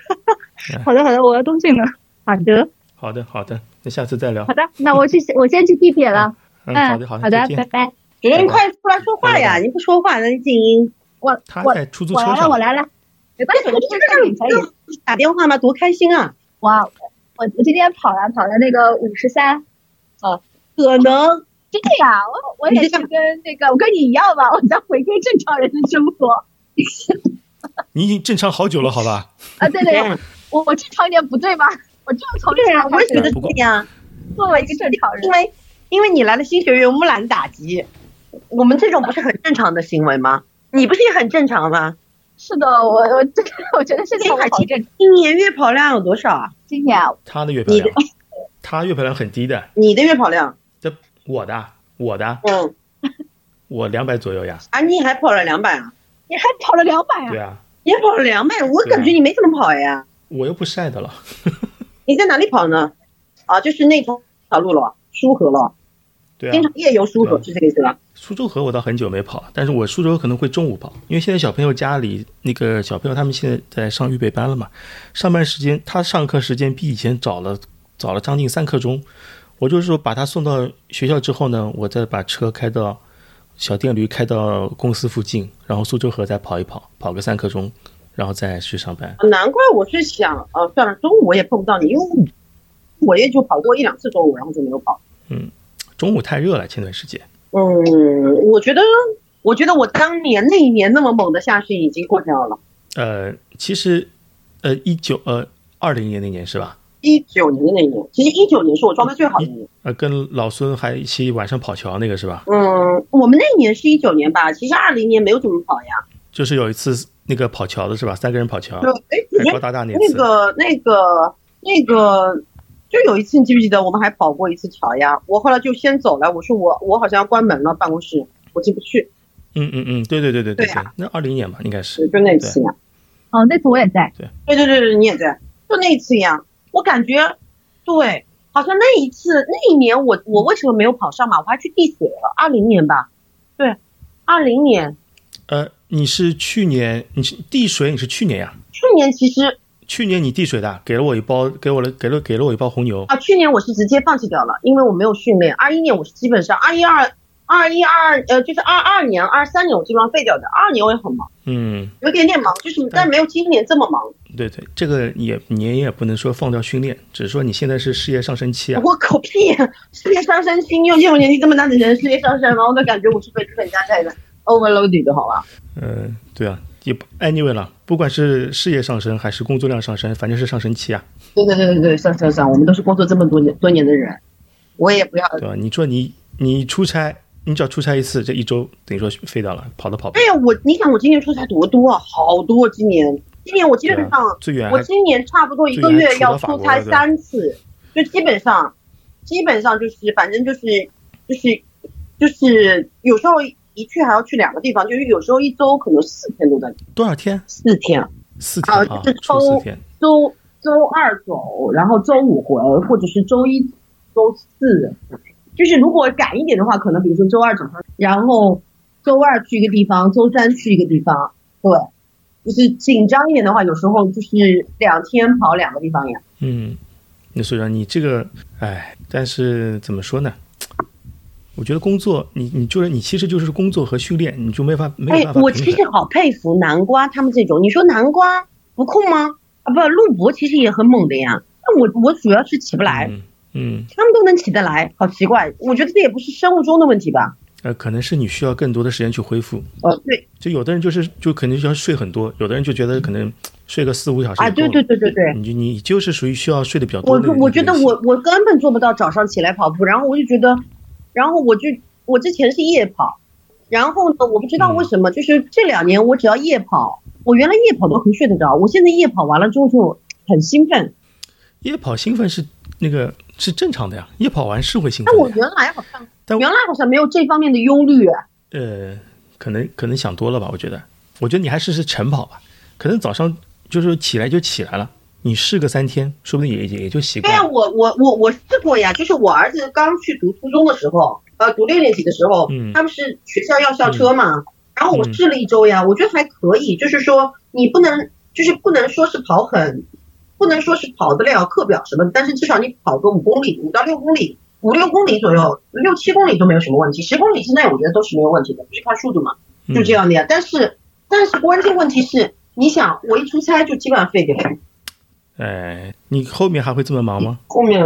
D: 好的好的，我要冬训了。好的
A: 好的，好的，那下次再聊
D: 好。的，那我去我先去地铁了。
A: 嗯，
D: 嗯，
A: 好的，好的，
D: 好
A: 再
D: 的，拜
A: 见。
D: 拜。
E: 主任，你快出来说话呀！你不说话，那你静音。
D: 我
A: 他
D: 我
A: 在出租
D: 我
A: 车
D: 来了
A: 上
D: 我，来了，没关系，我就在这里可以。
E: 打电话吗？多开心啊！
B: 哇，我我今天跑了跑了那个五十三，
E: 可能
B: 真的呀，我我也是跟那个我跟你一样吧，我在回归正常人的生活
A: 你已经正常好久了，好吧？
B: 啊，对对，
A: 嗯
B: 我我正常一点不对吗？我就从正
E: 对啊，
B: 常
E: 我
B: 开
E: 也
B: 始
E: 觉得
A: 不过
E: 这样，
B: 作为一个正常人
E: 因，为因为你来了新学员，我们懒打击，我们这种不是很正常的行为吗？你不是也很正常吗？
B: 是的，我我这个我觉得是
E: 今
B: 从
E: 年
B: 跑正常。
E: 今年月跑量有多少啊？
B: 今年啊
A: 他的月票量，他月票量很低的，
E: 你的月跑量，
A: 这我的我的
E: 嗯，
A: 我两百左右呀，
E: 啊，你还跑了两百啊？
B: 你还跑了两百啊
A: 对？啊，
E: 你还跑了两百，我感觉你没怎么跑呀。
A: 我又不晒的了，
E: 你在哪里跑呢？啊，就是那条条路了，舒河了，
A: 对啊
E: 经，常夜游舒河
A: 对
E: 是这个意思吧？
A: 苏州河我倒很久没跑，但是我苏州可能会中午跑，因为现在小朋友家里那个小朋友他们现在在上预备班了嘛，上班时间他上课时间比以前早了早了将近三刻钟，我就是说把他送到学校之后呢，我再把车开到小电驴开到公司附近，然后苏州河再跑一跑，跑个三刻钟，然后再去上班。
E: 难怪我是想，啊，算了，中午我也碰不到你，因为我也就跑过一两次中午，然后就没有跑。
A: 中午太热了，前段时间。
E: 嗯，我觉得，我觉得我当年那一年那么猛的下去已经过掉了。
A: 呃，其实，呃，一九呃二零年那年是吧？
E: 一九年的那一年，其实一九年是我状态最好的一年。
A: 呃，跟老孙还一起晚上跑桥那个啊是吧？
E: 嗯，我们那一年是一九年吧，其实二零年没有怎么跑呀。
A: 就是有一次那个跑桥的是吧？三个人跑桥，
E: 就哎，主
A: 还高
E: 任，
A: 大大那
E: 那
A: 次。
E: 个那个那个，就有一次你记不记得我们还跑过一次桥呀？我后来就先走了，我说我我好像要关门了办公室，我进不去，
A: 嗯嗯嗯，对对对对对
E: 对啊
A: 那二零年吧，应该是
E: 就。就那次呀。
B: 哦，那次我也在。
E: 对对对对，你也在，就那一次一样。我感觉，对，好像那一次那一年我我为什么没有跑上马？我还去递水了，二零年吧，对，二零年
A: 呃，你是去年你是递水，你是去年呀、
E: 去年其实
A: 去年你递水的，给了我一包，给我了，给了给了我一包红牛。
E: 啊，去年我是直接放弃掉了，因为我没有训练。二一年我是基本上二一二二一二呃，就是二二年二三年我基本上废掉的，二年我也很忙，
A: 嗯，
E: 有点点忙，就是但没有今年这么忙。
A: 对对，这个也你也不能说放掉训练，只是说你现在是事业上升期啊。
E: 我狗屁！事业上升期，你有这种年纪这么大的人事业上升吗？我都感觉我是被资本家带的 overloaded 的好吧？
A: 嗯，对啊，也不 anyway 了，不管是事业上升还是工作量上升，反正是上升期啊，
E: 对对对对对，算算算，我们都是工作这么多年多年的人，我也不要
A: 对吧？你说你你出差，你只要出差一次，这一周等于说废掉了，跑都跑不
E: 对
A: 了。
E: 呀，我你想我今年出差多多啊，好多今年，今年我基本上、
A: 最远
E: 我
A: 啊还
E: 今年差不多一个
A: 最远
E: 月
A: 还
E: 要
A: 除了法
E: 出
A: 国
E: 差
A: 对吧
E: 三次，就基本上，基本上就是反正就是就是就是有时候一去还要去两个地方，就是有时候一周可能四天都在
A: 多少天？
E: 四天，
A: 四天啊
E: 啊这，
A: 出
E: 周
A: 四天。
E: 周周二走，然后周五回，或者是周一周四，就是如果赶一点的话，可能比如说周二早上，然后周二去一个地方，周三去一个地方，对。就是紧张一点的话，有时候就是两天跑两个地方呀。
A: 嗯，那所以说你这个，哎，但是怎么说呢？我觉得工作，你你就是你，其实就是工作和训练，你就没法没有
E: 哎
A: 办法平，衡。
E: 我其实好佩服南瓜他们这种。你说南瓜不控吗？啊，不，陆博其实也很猛的呀。那我我主要是起不来，
A: 嗯嗯，
E: 他们都能起得来，好奇怪。我觉得这也不是生物钟的问题吧？
A: 呃，可能是你需要更多的时间去恢复。
E: 哦，对，
A: 就有的人就是就肯定要睡很多，有的人就觉得可能睡个四五个小时
E: 啊，
A: 就够
E: 对
A: 了
E: 对对对对。
A: 你就你就是属于需要睡得比较
E: 我
A: 多的人。
E: 我觉得我我根本做不到早上起来跑步，然后我就觉得，然后我就我之前是夜跑，然后呢，我不知道
A: 嗯
E: 为什么，就是这两年我只要夜跑，我原来夜跑都可以睡得着，我现在夜跑完了之后就很兴奋。
A: 夜跑兴奋是那个是正常的呀，夜跑完是会兴奋
E: 但我
A: 的呀。
E: 原来好像，
A: 但我
E: 原来好像没有这方面的忧虑。
A: 呃，可能可能想多了吧，我觉得，我觉得你还试试晨跑吧，可能早上就是起来就起来了，你试个三天，说不定也也也就习
E: 对
A: 惯
E: 啊，
A: 了。
E: 我我我我试过呀，就是我儿子刚去读初中的时候，呃，读六年级的时候，
A: 嗯
E: 他们是学校要校车嘛，然后我
A: 嗯
E: 试了一周呀，我觉得还可以，就是说你不能，就是不能说是跑很，不能说是跑得了课表什么的，但是至少你跑个五公里，五到六公里，五六公里左右，六七公里都没有什么问题，十公里之内我觉得都是没有问题的，就是看速度嘛。就
A: 嗯、
E: 这样的呀。但是但是关键问题是，你想我一出差就基本上废掉了，
A: 哎，你后面还会这么忙吗？
E: 后面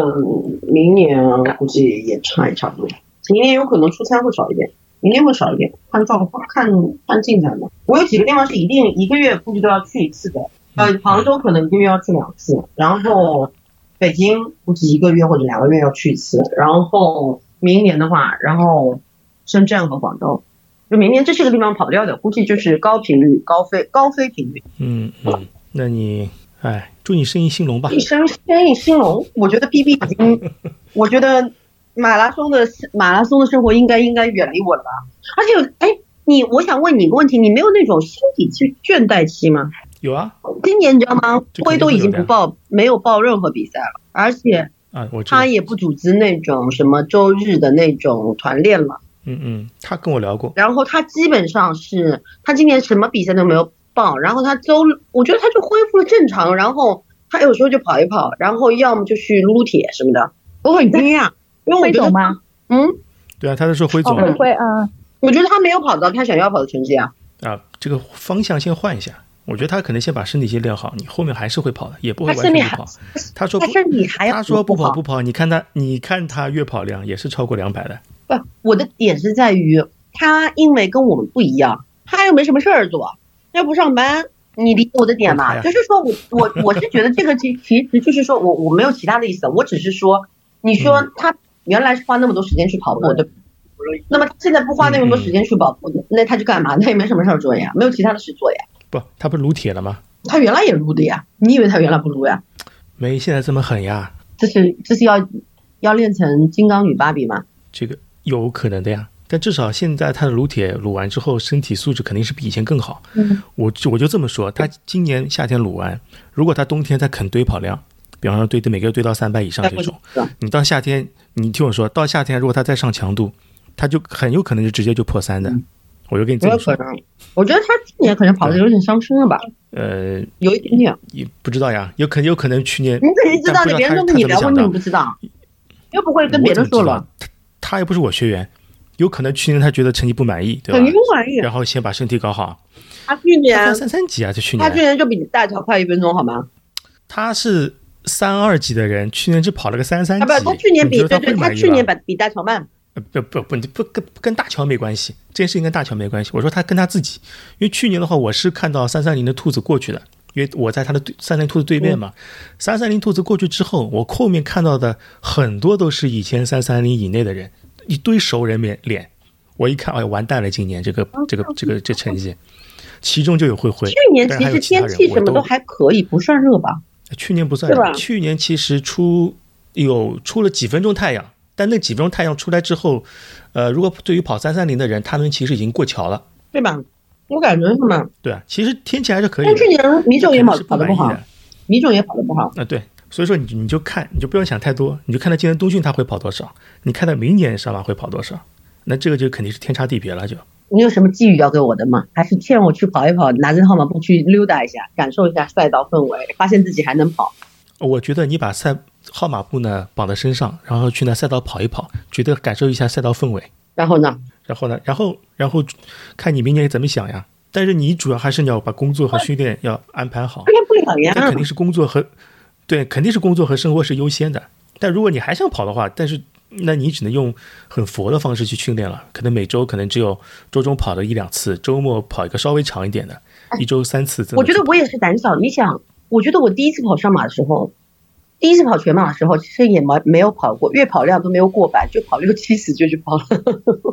E: 明年估计也差也差不多，明年有可能出差会少一点。明年会少一点，看状况，看看进展吧。我有几个地方是一定一个月估计都要去一次的，呃，杭州可能一个月要去两次，然后北京估计一个月或者两个月要去一次，然后明年的话，然后深圳和广州，就明年这是个地方跑不掉的，估计就是高频率、高飞、高飞频率。
A: 嗯嗯，那你哎，祝你生意兴隆吧。
E: 生生意兴隆，我觉得 BB 已经，我觉得马拉松的马拉松的生活应该应该远离我了吧？而且，哎，你我想问你一个问题，你没有那种身体倦倦怠期吗？
A: 有啊
E: 今年你知道吗？
A: 这肯定
E: 辉都已
A: 会
E: 经
A: 有
E: 不
A: 的
E: 报，没有报任何比赛了，而且
A: 啊，我知道
E: 他。也不组织那种什么周日的那种团练了。
A: 嗯嗯，他跟我聊过。
E: 然后他基本上是，他今年什么比赛都没有报，然后他周，我觉得他就恢复了正常，然后他有时候就跑一跑，然后要么就去撸铁什么的，我很惊
A: 啊
E: 讶，因为我
D: 会
E: 觉
D: 走
E: 得，
D: 吗？
E: 嗯，
A: 对啊，他是说辉
D: 哦，
A: 总、
D: 会会，嗯，
E: 我觉得他没有跑到他想要跑的成绩啊，
A: 啊，这个方向先换一下。我觉得他可能先把身体先练好，你后面还是会跑的，也不会
E: 他
A: 完
E: 身体
A: 全
E: 还
A: 不跑。他说
E: 他
A: 不，
E: 身体还要
A: 他说不跑
E: 跑
A: 不跑，你看他，你看他月跑量也是超过两百的。
E: 不，我的点是在于他因为跟我们不一样，他又没什么事儿做，又不上班，你理解我的点
A: 我
E: 吧？
A: 看呀
E: 就是说我我我是觉得这个其其实就是说我我没有其他的意思，我只是说，你说
A: 嗯
E: 他原来是花那么多时间去跑步，对吧？那么现在不花那么多时间去跑步，
A: 嗯
E: 那他去干嘛？他也没什么事儿做呀，没有其他的事做呀。
A: 不，他不是撸铁了吗？
E: 他原来也撸的呀，你以为他原来不撸呀？
A: 没现在这么狠呀，
E: 这是这是要要练成金刚女芭比吗？
A: 这个有可能的呀。但至少现在他的撸铁撸完之后，身体素质肯定是比以前更好。
D: 嗯，
A: 我就我就这么说，他今年夏天撸完，如果他冬天他肯堆跑量，比方说堆每个月堆到三百以上这种，
E: 对
A: 你到夏天，你听我说，到夏天如果他再上强度，他就很有可能就直接就破三的。我就跟你这
E: 没有
A: 么
E: 可
A: 说，
E: 能。我觉得他今年可能跑的有点伤身了吧，
A: 呃，
E: 有一点点。
A: 也不知道呀，有可有可能去年
E: 你肯定知道
A: 但不
E: 的，别人
A: 他
E: 都跟你
A: 他怎么
E: 聊过，
A: 想
E: 你
A: 到
E: 不知道，又不会跟
A: 我
E: 别
A: 怎么
E: 人说
A: 知
E: 了
A: 道，，他他又不是我学员，有可能去年他觉得成绩不满意，对
E: 肯定
A: 吧？
E: 不满意。
A: 然后先把身体搞好。
E: 他去
A: 他
E: 年，
A: 三三级啊，这去
E: 他去
A: 年
E: 年就比你大小快一分钟，好吗？
A: 他是三二级的人，去年只跑了个三三
E: 啊，
A: 级。
E: 不，他去年
A: 你
E: 比
A: 觉得
E: 对
A: 他会
E: 对，
A: 满
E: 他
A: 意
E: 去
A: 吧
E: 年比比大乔慢。
A: 呃不不不不跟跟大乔没关系，这件事情跟大乔没关系。我说他跟他自己，因为去年的话，我是看到三三零的兔子过去的，因为我在他的对三三零兔子对面嘛。
E: 嗯
A: 三三零兔子过去之后，我后面看到的很多都是以前三三零以内的人，一堆熟人面脸。我一看，哎，完蛋了，今年这个这个这个这成绩，其中就有慧慧。
E: 哦去年
A: 但
E: 其
A: 是还有
E: 实
A: 其他
E: 天
A: 人
E: 气什
A: 我
E: 么都还可以，不算热吧？
A: 去年不算
E: 对吧
A: 去年其实出有出了几分钟太阳，但那几分钟太阳出来之后，呃，如果对于跑三三零的人，他们其实已经过桥了，
E: 对吧？我感觉什么？
A: 对啊，其实天气还是可以的。
E: 但去年米总也跑
A: 肯定是
E: 跑得不
A: 满意
E: 好
A: 的，
E: 米总也跑得不好。
A: 啊，对，所以说你你就看，你就不用想太多，你就看他今年冬训他会跑多少，你看他明年上马会跑多少，那这个就肯定是天差地别了，就
E: 你有什么寄语要给我的吗？还是劝我去跑一跑，拿着号码布去溜达一下，感受一下赛道氛围，发现自己还能跑？
A: 我觉得你把赛号码布呢绑在身上，然后去那赛道跑一跑，觉得感受一下赛道氛围，
E: 然后呢？
A: 然后呢，然后然后看你明年怎么想呀。但是你主要还是要把工作和训练要安排好，
E: 训练不了
A: 这肯
E: 呀
A: 定。是工作和对，肯定是工作和生活是优先的。但如果你还想跑的话，但是那你只能用很佛的方式去训练了，可能每周可能只有周中跑的一两次，周末跑一个稍微长一点的，一周三次这么
E: 哎我
A: 去
E: 觉
A: 跑。
E: 得我也是胆小。你想，我觉得我第一次跑上马的时候，第一次跑全马的时候，其实也没没有跑过，月跑量都没有过百，就跑六七十就去跑了。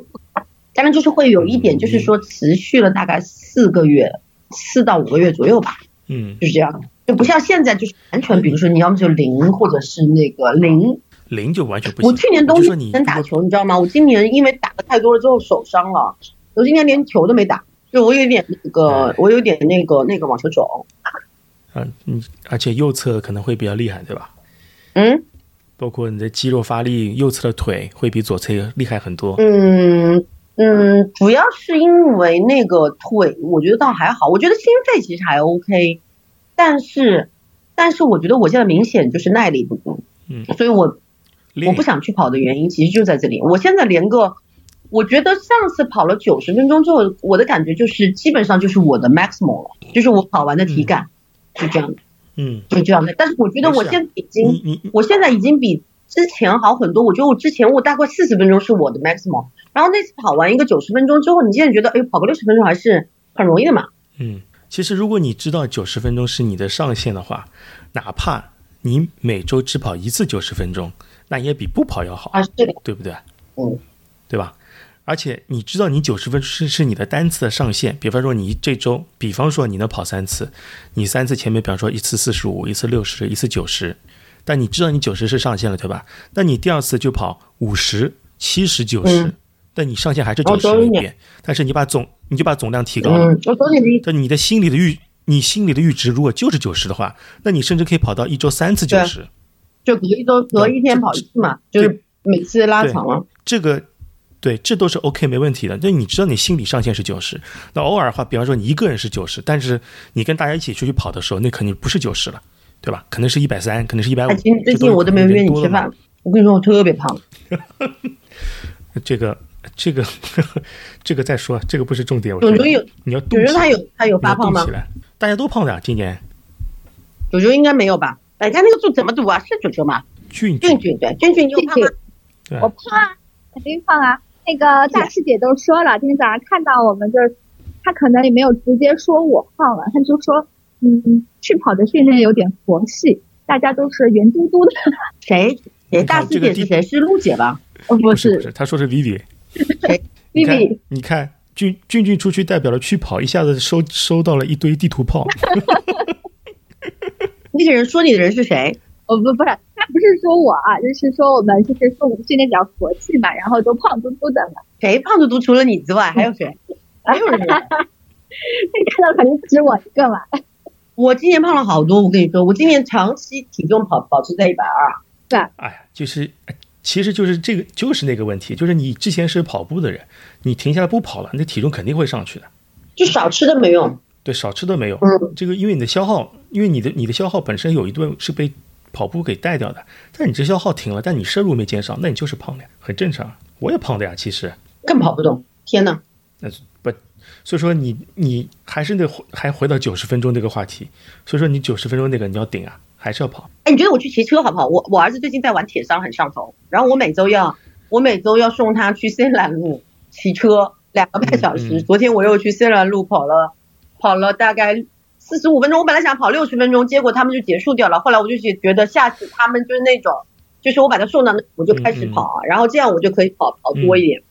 E: 当然，就是会有一点，就是说持续了大概四个月，四到五个月左右吧，
A: 嗯，
E: 就是这样。就不像现在，就是完全，比如说你要么就零，或者是那个零。
A: 零就完全不行。
E: 我去年
A: 就
E: 冬
A: 说你
E: 天能打球，你知道吗？我今年因为打的太多了之后手伤了，我今年连球都没打，就我有点那
A: 哎
E: 个，我有点那个那个网球肘。
A: 啊，嗯，而且右侧可能会比较厉害，对吧？
E: 嗯
A: 包括你的肌肉发力，右侧的腿会比左侧厉害很多。
E: 嗯嗯，主要是因为那个腿，我觉得倒还好，我觉得心肺其实还 OK，但是但是我觉得我现在明显就是耐力不足，
A: 嗯，
E: 所以我
A: 练
E: 嗯我不想去跑的原因其实就在这里。我现在连个，我觉得上次跑了九十分钟之后，我的感觉就是基本上就是我的 maximum 了，就是我跑完的体感，是这样的，
A: 嗯，
E: 就这样的。但是我觉得
A: 没事啊
E: 我现在已经
A: 你嗯你
E: 我现在已经比之前好很多。我觉得我之前我大概四十分钟是我的 maximum，然后那次跑完一个九十分钟之后，你现在觉得哎，跑个六十分钟还是很容易的嘛？
A: 嗯，其实如果你知道九十分钟是你的上限的话，哪怕你每周只跑一次九十分钟，那也比不跑要好，
E: 啊，是的，
A: 对不对？
E: 嗯，
A: 对吧？而且你知道你九十分是是你的单次的上限，比方说你这周，比方说你能跑三次，你三次前面，比方说一次四十五，一次六十，一次九十，但你知道你九十是上限了，对吧？那你第二次就跑五十、七十、九十
E: 嗯，
A: 但你上限还是九
E: 哦
A: 十
E: 懂
A: 那
E: 你
A: 边，但是你把总你就把总量提高了。
E: 嗯，我懂你的意思。
A: 但你的心里的阈，你心里的阈值如果就是九十的话，那你甚至可以跑到一周三次
E: 对
A: 九
E: 啊
A: 十。
E: 就隔一周隔一天跑一次嘛，就是每次拉长了。
A: 这个对，这都是 OK 没问题的。就你知道你心理上限是九十，那偶尔的话，比方说你一个人是九十，但是你跟大家一起出去跑的时候，那肯定不是九十了，对吧？可能是一百三，可能是一百五
E: 哎，。其实最近我都没有约你吃饭，我跟你说我特别胖，
A: 这个这个这个再说，这个不是重点。我
E: 九
A: 觉
E: 九
A: 得
E: 有
A: 你要动
E: 九
A: 起
E: 九他
A: 来，
E: 有他有
A: 你要
E: 发胖
A: 动
E: 吗
A: 起？来。大家都胖的啊，今年
E: 九九应该没有吧？哎，他那个字怎么读啊？是九九吗？
A: 俊俊
E: 俊俊对，俊俊你有胖吗？
A: 对
B: 我
A: 吧，
B: 胖啊，肯定胖啊。那个大师姐都说了，今天早上看到我们就是，她可能也没有直接说我胖了，她就说，嗯，去跑的训练有点佛系，大家都是圆嘟嘟的，
E: 谁谁
A: 你看
E: 大师
A: 这个地
E: 姐是谁？是陆 姐吧？
B: 哦不
A: 不是不
B: 是
A: 是，他说是 Vivi。你看
B: Vivi，，
A: 你看俊俊俊出去代表了去跑，一下子收收到了一堆地图炮。
E: 那个人说你的人是谁？
B: 哦不不是，她不是说我啊，就是说我们就是说我们训练比较佛系嘛，然后都胖嘟嘟的嘛，
E: 谁胖嘟嘟？除了你之外还有谁？还有人。
B: 看到肯定只我一个嘛，
E: 我今年胖了好多，我跟你说，我今年长期体重保保持在一百二，
A: 哎呀，就是，哎其实就是这个，就是那个问题，就是你之前是跑步的人，你停下来不跑了，那体重肯定会上去的。
E: 就少吃都没用。
A: 对，少吃都没有。
E: 嗯
A: 这个因为你的消耗，因为你的你的消耗本身有一顿是被跑步给带掉的，但你这消耗停了，但你摄入没减少，那你就是胖的呀，很正常。我也胖的呀，其实。
E: 更跑不动。天呐，
A: 那是不，所以说你你还是那回还回到九十分钟这个话题，所以说你九十分钟那个你要顶啊，还是要跑。
E: 哎，你觉得我去骑车好不好？我我儿子最近在玩铁伤，很上头。然后我每周要我每周要送他去仙兰路骑车两个半小
A: 嗯
E: 时。
A: 嗯
E: 昨天我又去仙兰路跑了跑了大概四十五分钟。我本来想跑六十分钟，结果他们就结束掉了。后来我就觉觉得下次他们就是那种，就是我把他送到那，我就开始
A: 嗯
E: 啊
A: 嗯嗯
E: 跑，然后这样我就可以跑跑多一点。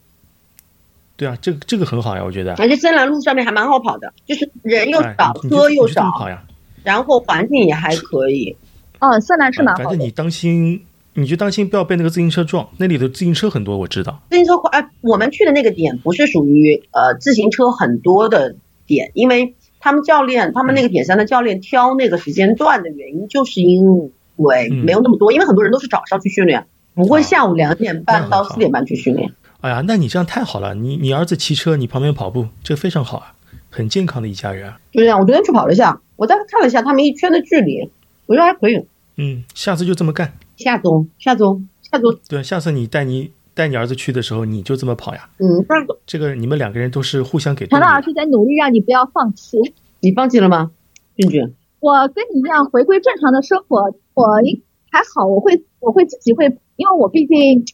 A: 对啊，这个这个很好呀，我觉得。
E: 而且深蓝路上面还蛮好跑的，就是人又
A: 哎
E: 少，
A: 你你
E: 车
A: 就
E: 又
A: 你就这么
E: 少，
A: 跑呀，
E: 然后环境也还可以。
B: 哦，色南是蛮
A: 反
B: 好
A: 正嗯啊
B: 的。
A: 你当心，你就当心不要被那个自行车撞，那里头自行车很多，我知道。
E: 自行车快，哎，我们去的那个点不是属于呃自行车很多的点，因为他们教练，他们那个点山的教练挑那个时间段的原因，就是因为
A: 嗯
E: 没有那么多，因为很多人都是早上去训练，不会
A: 啊
E: 下午两点
A: 那很
E: 半到
A: 好
E: 四点半去训练。
A: 哎呀，那你这样太好了，你你儿子骑车，你旁边跑步，这非常好啊，很健康的一家人啊。
E: 就这样，我昨天去跑了一下，我再看了一下他们一圈的距离，我觉得还可以。
A: 嗯，下次就这么干。
E: 下周，下周，下周，
A: 对，下次你带你带你儿子去的时候，你就这么跑呀。
E: 嗯，但是
A: 这个你们两个人都是互相给动
B: 陈
A: 力
B: 老
A: 的。
B: 师在努力让你不要放弃。
E: 你放弃了吗，俊俊？
B: 我跟你一样，回归正常的生活，我应还好，我会我会自己会，因为我毕竟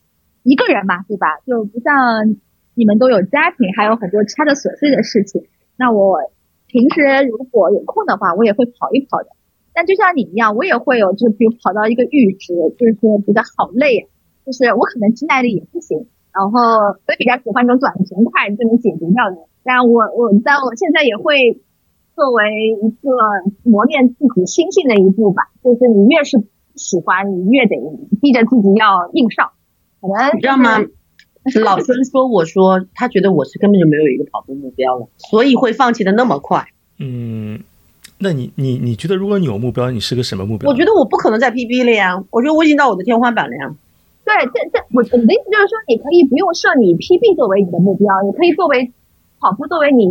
B: 一个人嘛，对吧？就不像你们都有家庭，还有很多其他的琐碎的事情。那我平时如果有空的话，我也会跑一跑的。但就像你一样，我也会有，就比如跑到一个阈值，就是说觉得好累啊，就是我可能肌耐力也不行，然后所以比较喜欢那种短平快就能解决掉的。但我我但我现在也会作为一个磨练自己心性的一步吧，就是你越是喜欢，你越得逼着自己要硬上。可能
E: 你知道 吗？老孙说我说，他觉得我是根本就没有一个跑步目标了，所以会放弃的那么快。
A: 嗯，那你你你觉得如果你有目标，你是个什么目
B: 啊
A: 标？
E: 我觉得我不可能再 PB 了呀，我觉得我已经到我的天花板了呀。
B: 对，这这我我的意思就是说，你可以不用设你 PB 作为你的目标，你可以作为跑步作为你，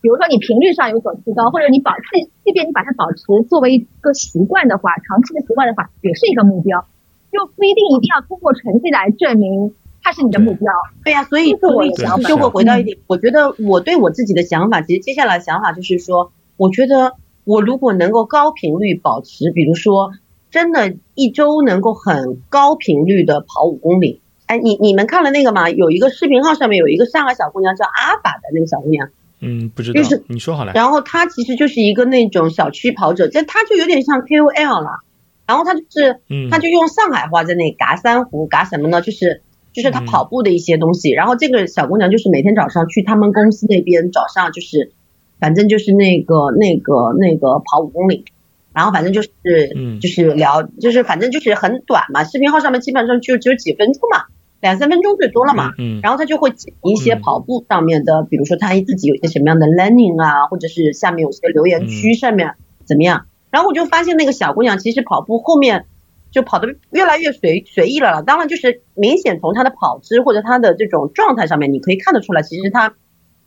B: 比如说你频率上有所提高，或者你保即即便你把它保持作为一个习惯的话，长期的习惯的话，也是一个目标，就不一定一定要通过成绩来证明它是你的目标。
E: 对呀、所以
B: 这是我
E: 所
B: 的
E: 以
A: 想法
E: 就会回到一点，我觉得我对我自己的想法，其实接下来想法就是说，我觉得我如果能够高频率保持，比如说真的一周能够很高频率的跑五公里。哎，你你们看了那个吗？有一个视频号上面有一个上海小姑娘叫阿法的那个小姑娘。
A: 嗯，不知道
E: 就是，
A: 你说好了。
E: 然后他其实就是一个那种小区跑者，但他就有点像 KOL 了。然后他就是，
A: 嗯，
E: 他就用上海话在那里嘎三胡，嘎什么呢？就是就是他
A: 嗯
E: 跑步的一些东西。然后这个小姑娘就是每天早上去他们公司那边，早上就是，反正就是那个那个那个跑五公里，然后反正就是
A: 嗯
E: 就是聊，就是反正就是很短嘛，视频号上面基本上就只有几分钟嘛，两三分钟最多了嘛。
A: 嗯，
E: 然后他就会剪一些
A: 嗯
E: 跑步上面的，比如说他自己有一些什么样的 learning 啊，或者是下面有些留言区上面怎么样。然后我就发现那个小姑娘其实跑步后面就跑得越来越随随意了啦。当然，就是明显从她的跑姿或者她的这种状态上面，你可以看得出来，其实她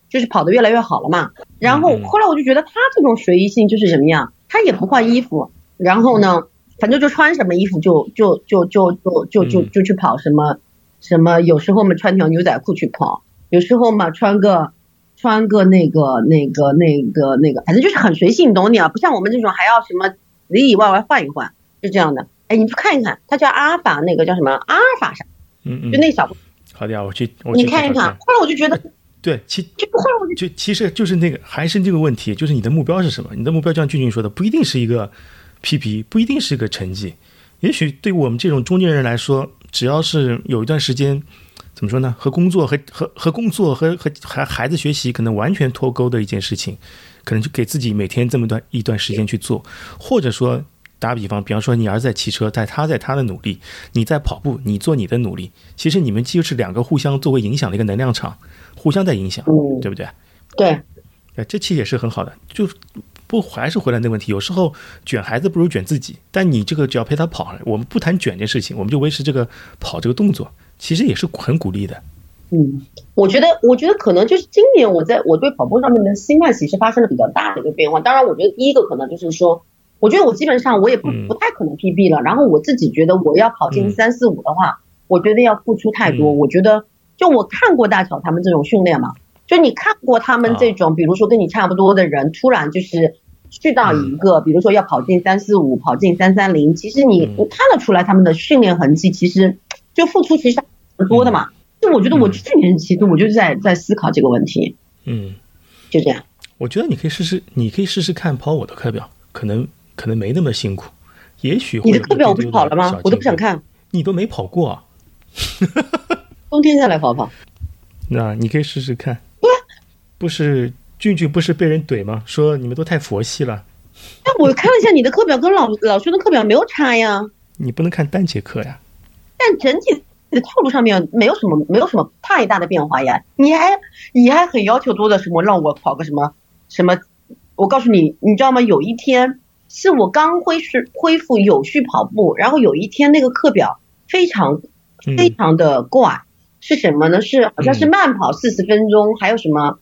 E: 就是跑得越来越好了嘛。然后
A: 嗯嗯
E: 后来我就觉得她这种随意性就是什么样，她也不换衣服，然后呢，
A: 嗯
E: 反正就穿什么衣服就就就就就就就
A: 嗯
E: 就去跑什么什么，有时候嘛穿条牛仔裤去跑，有时候嘛穿个穿个那个那个那个那个，反正就是很随性，你懂你啊，不像我们这种还要什么里里外外换一换，是这样的。哎，你去看一看，他叫阿尔法，那个叫什么阿尔法啥，
A: 嗯嗯，
E: 就那个小姑，
A: 好的呀，我去，我去
E: 你看一
A: 找
E: 看。后来我就觉得，
A: 对，其
E: 就后来我就
A: 就其实就是那个，还是这个问题，就是你的目标是什么？你的目标就像俊俊说的，不一定是一个 PP，不一定是一个成绩。也许对我们这种中年人来说，只要是有一段时间，怎么说呢？和工作和和和工作和和孩孩子学习可能完全脱钩的一件事情，可能就给自己每天这么段一段时间去做，或者说打比方，比方说你儿子在骑车，但他在他的努力，你在跑步，你做你的努力，其实你们就是两个互相作为影响的一个能量场，互相在影响，
E: 嗯
A: 对不对？
E: 对，
A: 哎，这期也是很好的，就不还是回来那个问题，有时候卷孩子不如卷自己。但你这个只要陪他跑，我们不谈卷这事情，我们就维持这个跑这个动作，其实也是很鼓励的。
E: 嗯，我觉得，我觉得可能就是今年我在我对跑步上面的心态其实发生了比较大的一个变化。当然，我觉得第一个可能就是说，我觉得我基本上我也不
A: 嗯
E: 不太可能 PB 了。然后我自己觉得我要跑进
A: 嗯
E: 三四五的话，我觉得要付出太多。
A: 嗯
E: 我觉得就我看过大乔他们这种训练嘛，就你看过他们
A: 啊
E: 这种，比如说跟你差不多的人，突然就是去到一个，比如说要跑进三四五，跑进三三零，其实你
A: 嗯
E: 你看得出来他们的训练痕迹，其实就付出其实还蛮多的嘛。就我觉得我
A: 嗯
E: 去年其实我就在在思考这个问题，
A: 嗯，
E: 就这样。
A: 我觉得你可以试试，你可以试试看跑我的课表，可能可能没那么辛苦，也许会
E: 你的
A: 有
E: 课
A: 一
E: 表我不
A: 丢丢
E: 是跑
A: 的
E: 了
A: 小
E: 吗？我都
A: 进
E: 不想
A: 步，
E: 看，
A: 你都没跑过啊、
E: 冬天再来跑跑。
A: 那你可以试试看。
E: 啊
A: 不是俊俊不是被人怼吗？说你们都太佛系了，
E: 但我看了一下你的课表，跟老老师的课表没有差呀，
A: 你不能看单节课呀。
E: 但整体的套路上面没有什么没有什么太大的变化呀。你还你还很要求多的什么让我考个什么什么？我告诉你，你知道吗？有一天是我刚恢复恢复有序跑步，然后有一天那个课表非常
A: 嗯
E: 非常的怪，是什么呢？是好像是慢跑四十分钟，还有什么？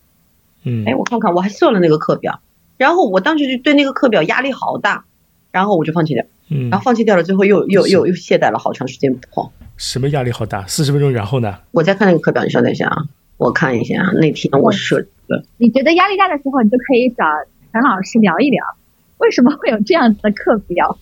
A: 嗯
E: 哎，我看看，我还设了那个课表，然后我当时就对那个课表压力好大，然后我就放弃掉，
A: 嗯
E: 然，后放弃掉了之后又又又又懈怠了好长时间不碰。
A: 什么压力好大？四十分钟，然后呢？
E: 我再看那个课表，你稍等一下啊，我看一下啊，那天我设置的，
B: 你觉得压力大的时候，你就可以找陈老师聊一聊，为什么会有这样子的课表？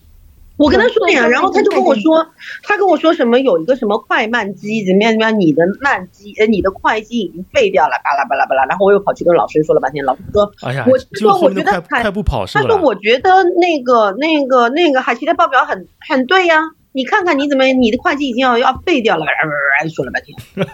E: 我跟他说呀，然后他就跟我说，他跟我说什么有一个什么快慢肌怎么样怎么样，你的慢肌呃你的快肌已经废掉了，巴拉巴拉巴拉，然后我又跑去跟老师说了半天，老师说
A: 哎呀，
E: 我
A: 就
E: 说我
A: 后面
E: 觉
A: 快
E: 得还
A: 快步跑是
E: 他
A: 吧？
E: 说：“我觉得那个、那个、那个海奇的报表很很对呀、你看看你怎么你的会计已经要要废掉了，说了半天，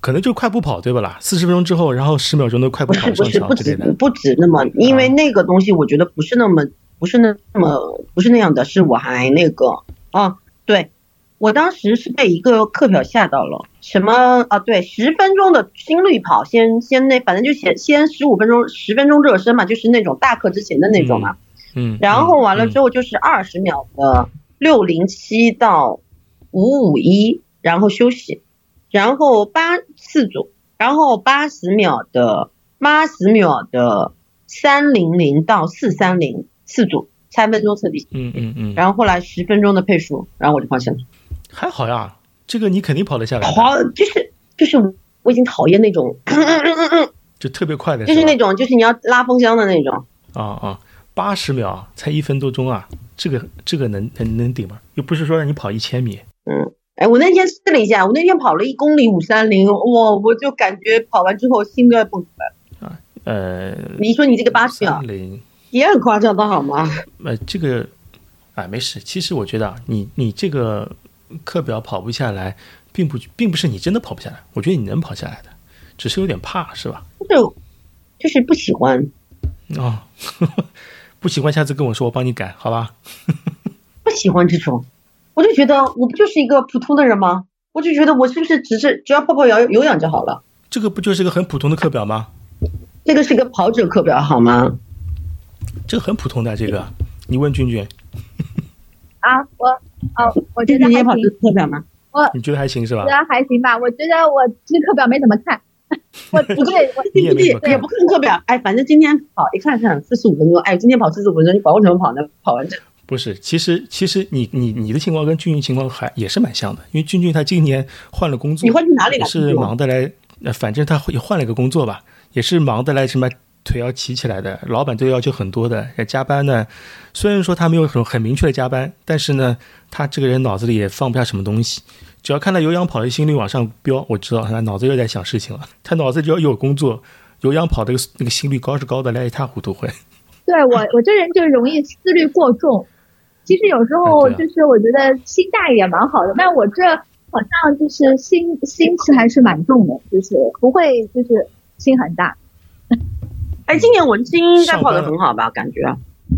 A: 可能就快步跑对吧啦？四十分钟之后，然后十秒钟的快步
E: 不
A: 跑
E: 是不
A: 上
E: 是
A: 桥
E: 不
A: 之类
E: 止
A: 的。
E: 不止那么，
A: 嗯
E: 因为那个东西我觉得不是那么不是那么不是那样的，是我还那个啊，对我当时是被一个课表吓到了，什么啊对，十分钟的心率跑，先先那反正就先先十五分钟十分钟热身嘛，就是那种大课之前的那种嘛，
A: 嗯，
E: 然后完了之
A: 后，
E: 后就是二十秒的六零七到五五一，然后休息，然后八四组，然后八十秒的八十秒的三零零到四三零四组，三分钟测底，
A: 嗯嗯嗯，嗯
E: 然后后来十分钟的配速，然后我就放弃了。
A: 还好呀，这个你肯定跑得下来的，
E: 好，就是就是我已经讨厌那种，
A: 就特别快的
E: 就是
A: 吧
E: 那种就是你要拉风箱的那种。
A: 啊啊，八十秒才一分多钟啊，这个这个能能能顶吗？又不是说让你跑一千米，
E: 哎，我那天试了一下，我那天跑了一公里五三零，哇，我就感觉跑完之后心都要蹦出来。
A: 呃，
E: 你说你这个八十秒
A: 三零，
E: 也很夸张的好吗？
A: 呃，这个，哎，没事。其实我觉得啊，你你这个课表跑不下来，并不并不是你真的跑不下来，我觉得你能跑下来的，只是有点怕，是吧？
E: 就是就是不喜欢，
A: 啊、 不喜欢下次跟我说，我帮你改，好吧？
E: 不喜欢这种，我就觉得我不就是一个普通的人吗？我就觉得我是不是只是只要泡泡有有氧就好了？
A: 这个不就是个很普通的课表吗？
E: 这个是个跑者课表好吗？
A: 这个很普通的，啊这个你问君君，
B: 啊，我哦，我觉得
E: 这是
B: 还
E: 你也跑
B: 行
E: 这，个课表吗？
A: 你觉得还行是吧
B: 我觉？得还行吧。我觉得我这课表没怎么看， 我我对我
A: 你也没
E: 对
A: 什么
E: 也
A: 看
E: 不，看课表，哎，反正今天跑一看看四十五分钟，哎，今天跑四十五分钟，你管我怎么跑呢？跑完这
A: 不是，其实其实你你你的情况跟俊俊情况还也是蛮像的，因为俊俊他今年换了工作，
E: 你换去哪里
A: 也
E: 了？
A: 是忙的来，呃，反正他也换了一个工作吧，也是忙的来什么腿要起起来的，老板对要求很多的，加班呢。虽然说他没有很很明确的加班，但是呢，他这个人脑子里也放不下什么东西。只要看到有氧跑的心率往上飙，我知道他脑子又在想事情了。他脑子只要有工作，有氧跑的那个那个心率高是高的，来一塌糊涂会。
B: 对我我这人就容易思虑过重。其实有时候
A: 啊对
B: 就是我觉得心大一点蛮好的，但我这好像就是心心气还是蛮重的，就是不会就是心很大。
E: 哎，今年文青应该
A: 上
E: 跑得
A: 班了
E: 很好吧？感觉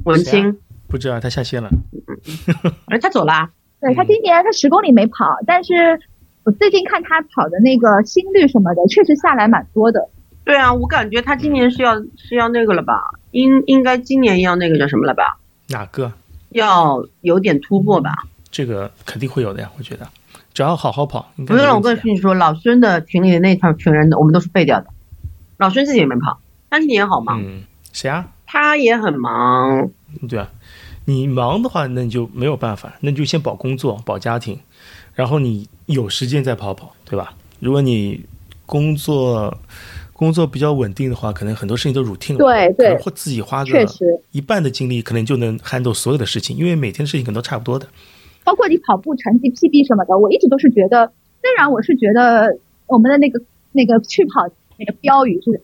E: 文
A: 谁啊
E: 青，
A: 不知道他下线了，
E: 哎，他走啦。
B: 对他
A: 嗯
B: 今年他十公里没跑，但是我最近看他跑的那个心率什么的，确实下来蛮多的。
E: 对啊，我感觉他今年是要是要那个了吧？应应该今年要那个叫什么了吧？
A: 哪个？
E: 要有点突破吧？
A: 这个肯定会有的呀，我觉得，只要好好跑，应该
E: 不用
A: 没
E: 了，我
A: 问
E: 跟
A: 题的
E: 你说，老孙的群里的那套群人，我们都是废掉的。老孙自己也没跑，他今年好忙，
A: 嗯，谁啊？
E: 他也很忙。
A: 对啊，你忙的话，那你就没有办法，那你就先保工作、保家庭，然后你有时间再跑跑，对吧？如果你工作工作比较稳定的话，可能很多事情都 routine 了，
B: 对
A: 可能
B: 对，
A: 会自己花
B: 确
A: 个
B: 实，
A: 一半的精力，可能就能 handle 所有的事情，因为每天的事情可能都差不多的。
B: 包括你跑步成绩 PB 什么的，我一直都是觉得，虽然我是觉得呃我们的那个那个去跑那个标语是，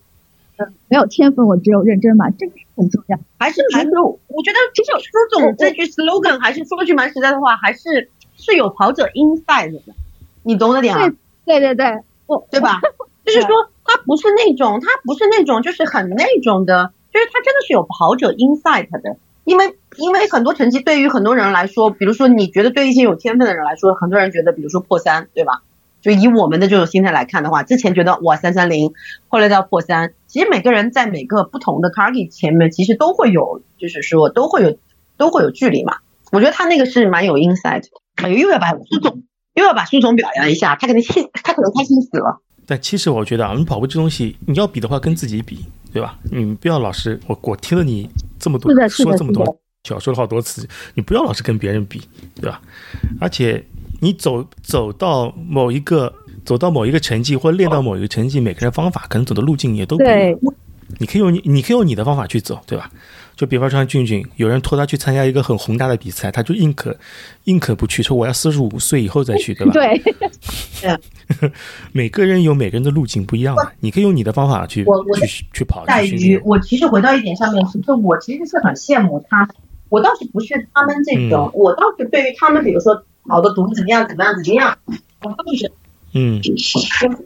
B: 嗯，没有天分，我只有认真嘛，这个是很重要。
E: 还是还是，我觉得
B: 其实
E: 说
B: 我我
E: 总这句 slogan 还是说句蛮实在的话，还是是有跑者 inside 的，你懂得点啊
B: 对，对对对，我
E: 对吧？就是说他不是那种，他不是那种，就是很那种的，就是他真的是有跑者 insight 的。因为因为很多成绩对于很多人来说，比如说你觉得对一些有天分的人来说，很多人觉得，比如说破三，对吧？就以我们的这种心态来看的话，之前觉得哇三三零，后来到破三，其实每个人在每个不同的 target 前面，其实都会有，就是说都会有都会有距离嘛。我觉得他那个是蛮有 insight 的。哎呦，又要把苏总又要把苏总表扬一下，他可能心他可能开心死了。
A: 但其实我觉得啊，你跑步这东西，你要比的话，跟自己比，对吧？你不要老是我我听了你这么多
B: 是的是的
A: 说这么
B: 是
A: 多，小说了好多次，你不要老是跟别人比，对吧？而且你走走到某一个走到某一个成绩，或练到某一个成绩，每个人方法可能走的路径也都不一样
D: 对。
A: 你可以用你你可以用你的方法去走，对吧？就比方说像俊俊，有人拖他去参加一个很宏大的比赛，他就硬可硬可不去，说我要四十五岁以后再去，对吧？
D: 对，
A: 每个人有每个人的路径不一样嘛，你可以用你的方法去
E: 我我
A: 去去跑
E: 在
A: 去训
E: 于
A: 练。
E: 我其实回到一点上面是，就我其实是很羡慕他，我倒是不是他们这种，我倒是对于他们，比如说跑的毒怎么样怎么样怎么样，我倒是觉得
A: 嗯，
E: 嗯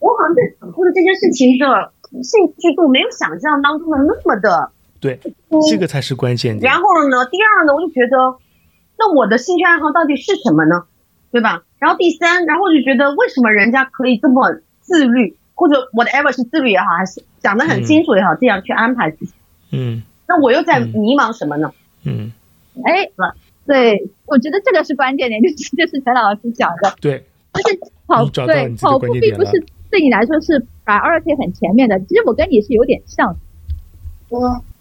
E: 我好像对跑步的这件事情的兴趣度没有想象当中的那么的。
A: 对，这个才是关键点
E: 然。后呢，第二呢，我就觉得，那我的兴趣爱好到底是什么呢？对吧？然后第三，然后我就觉得为什么人家可以这么自律，或者 whatever 是自律也好，还是讲得很清楚也好，这样去安排自己。
A: 嗯
E: 那我又在
A: 嗯
E: 迷茫什么呢？
A: 嗯，
B: 哎，对，我觉得这个是关键点，就是就是陈老师讲的，
A: 对，
B: 就是跑
A: 你找到
B: 对
A: 你自己的
B: 跑步
A: 关键
B: 并
A: 点
B: 不
A: 了
B: 是对你来说是 priority 很前面的。其实我跟你是有点像的，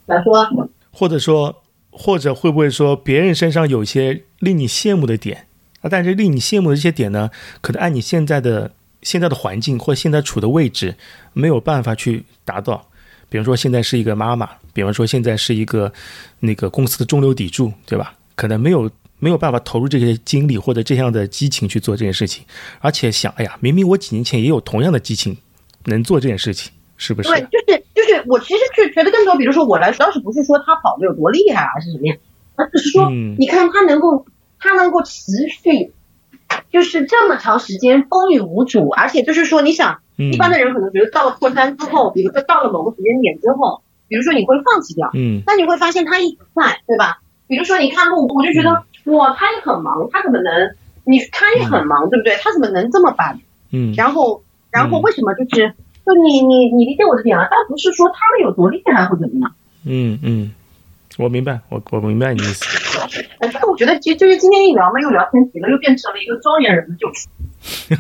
E: 来说，
A: 或者说，或者会不会说别人身上有一些令你羡慕的点啊？但是令你羡慕的这些点呢，可能按你现在的现在的环境或现在处的位置，没有办法去达到。比方说现在是一个妈妈，比方说现在是一个那个公司的中流砥柱，对吧？可能没有没有办法投入这些精力或者这样的激情去做这件事情，而且想，哎呀，明明我几年前也有同样的激情能做这件事情，是不是？
E: 对，就是就是，我其实是觉得更多，比如说我来说，倒是不是说他跑的有多厉害啊，还是什么样，而是说，
A: 嗯
E: 你看他能够，他能够持续，就是这么长时间风雨无阻，而且就是说，你想，
A: 嗯
E: 一般的人可能觉得到了破三之后，比如说到了某个时间点之后，比如说你会放弃掉，
A: 嗯
E: 但你会发现他一直在，对吧？比如说你看路，我就觉
A: 嗯
E: 得哇，他也很忙，他怎么能？你他也很忙，对不对？他怎么能这么把
A: 嗯，
E: 然后，然后
A: 嗯
E: 为什么就是就你你你理解我的点啊？但不是说他们有多厉害或怎么样，
A: 嗯，嗯，我明白，我我明白你的意思。
E: 呃但是我觉得其实就是今天一聊嘛，又聊偏题了，又变成了一个中年人的旧事。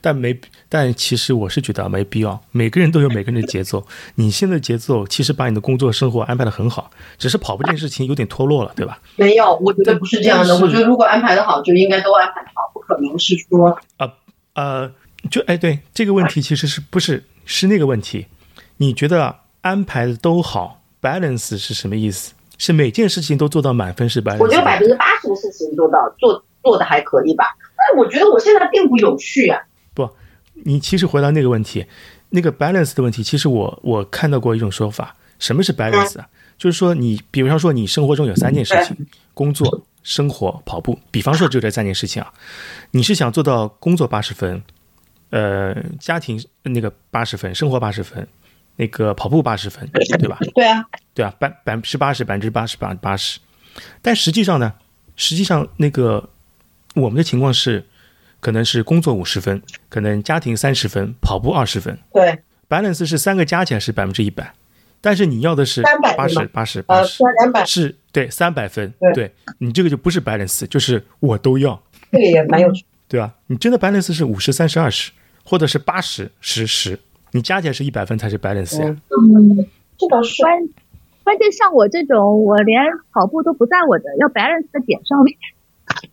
A: 但没，但其实我是觉得没必要。每个人都有每个人的节奏，你现在节奏其实把你的工作生活安排的很好，只是跑步这件事情有点脱落了，对吧？
E: 没有，我觉得不是这样的。
A: 是
E: 我觉得如果安排的好，就应该都安排得好，不可能是说
A: 呃，就哎，对这个问题其实是不是是那个问题？你觉得啊安排的都好，balance 是什么意思？是每件事情都做到满分哎是 balance？
E: 我觉得百
A: 吗
E: 分之八十的事情做到做做的还可以吧。但我觉得我现在并不有趣啊。
A: 不，你其实回答那个问题，那个 balance 的问题，其实我我看到过一种说法，什么是 balance 啊？就是说你，比方说你生活中有三件事情，工作、生活、跑步，比方说只有这三件事情啊，你是想做到工作八十分，呃，家庭那个八十分，生活八十分，那个跑步八十分，对吧？
E: 对啊，
A: 对啊，百百分之八十，百分之八十，百分之八十。但实际上呢，实际上那个我们的情况是，可能是工作五十分，可能家庭三十分，跑步二十分
E: 对，
A: ，balance 是三个加起来是百分之一百，但是你要的是
E: 300
A: 八十
E: 是
A: 八十八
E: 呃，
A: 十，
E: 三两百
A: 啊是对三百分，
E: 对
A: 对你这个就不是 balance，就是我都要，
E: 这个也蛮有趣。
A: 对吧？你真的 balance 是五十三十二十，或者是八十十十，你加起来是一百分才是啊 balance
E: 嗯
A: 呀、
E: 这倒是
B: 关关键像我这种，我连跑步都不在我的要 balance 的点上面，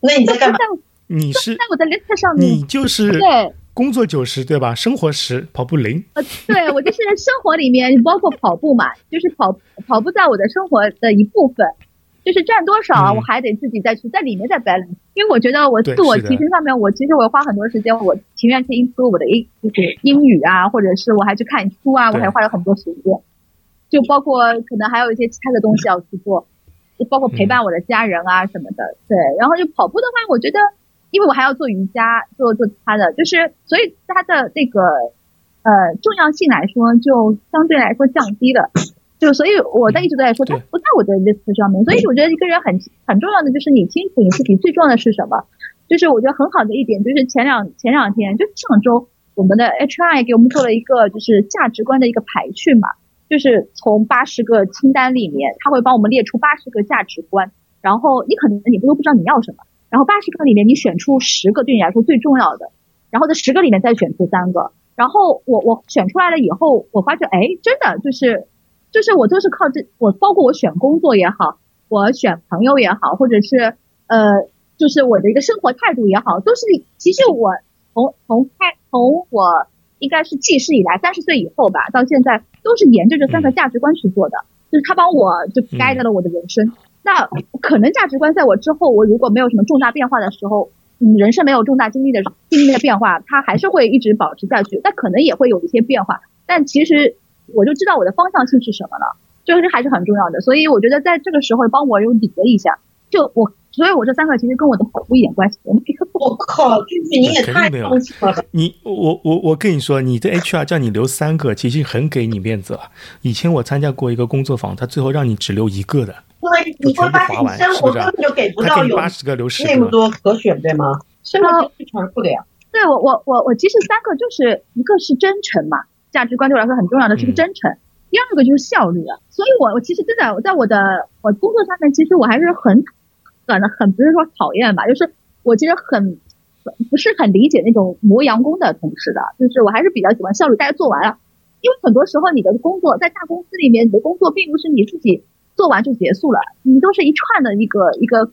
E: 那你
B: 都
E: 在
B: 不
E: 干 嘛
B: 在？我
A: 你是
B: 在我的 list 上面
A: 你。就是
B: 对，
A: 工作九十对吧？生活十，跑步零。
B: 呃，对我就是生活里面包括跑步嘛，就是跑跑步在我的生活的一部分，就是占多少啊，
A: 嗯
B: 我还得自己再去在里面再 balance，因为我觉得我
A: 对
B: 自我
A: 是的
B: 提升上面，我其实我会花很多时间，我情愿去 improve 我的英就是英语啊，或者是我还去看书啊，我
A: 对
B: 还花了很多时间，就包括可能还有一些其他的东西要去做，就包括陪伴我的家人啊什么的。对，然后就跑步的话，我觉得。因为我还要做瑜伽，做做他的，就是所以它的那个呃重要性来说，就相对来说降低了。就所以我在一直都在说，它
A: 对
B: 不在我的 list 上面。所以我觉得一个人很很重要的就是你清楚你自己最重要的是什么。就是我觉得很好的一点，就是前两前两天，就是上周我们的 HR 也给我们做了一个就是价值观的一个排序嘛，就是从八十个清单里面，他会帮我们列出八十个价值观，然后你可能你都不知道你要什么。然后八十个里面你选出十个对你来说最重要的，然后这十个里面再选出三个。然后我我选出来了以后，我发觉哎，真的就是就是我就是靠这，我包括我选工作也好，我选朋友也好，或者是呃，就是我的一个生活态度也好，都是其实我从从开从我应该是记事以来三十岁以后吧，到现在都是沿着这三个价值观去做的，就是他帮我就 guide 了我的人生。那可能价值观在我之后，我如果没有什么重大变化的时候，嗯，人生没有重大经历的经历的变化，它还是会一直保持下去。但可能也会有一些变化，但其实我就知道我的方向性是什么了，这个还是很重要的。所以我觉得在这个时候帮我有理得一下，就我，所以我这三个其实跟我的跑步一点关系都没有。
E: 我靠，就是你也太放弃了吧。
A: 你我我我跟你说，你的 HR 叫你留三个，其实很给你面子了。以前我参加过一个工作坊，他最后让你只留一个的，
E: 对，你会发现你生活根本就给不
A: 他
E: 到
A: 啊给你
E: 有
A: 八十个留十
E: 那么
A: 个，
E: 多可选，对啊吗？生
B: 啊
E: 活是全部的呀。
B: 对我我我我其实三个就是一个是真诚嘛，价值观对我来说很重要的是个
A: 嗯
B: 真诚。第二个就是效率啊，所以我我其实真的我在我的我工作上面，其实我还是很很很不是说讨厌吧，就是我其实很不是很理解那种磨洋工的同事的，就是我还是比较喜欢效率，大家做完了，因为很多时候你的工作在大公司里面，你的工作并不是你自己做完就结束了，你都是一串的一个一个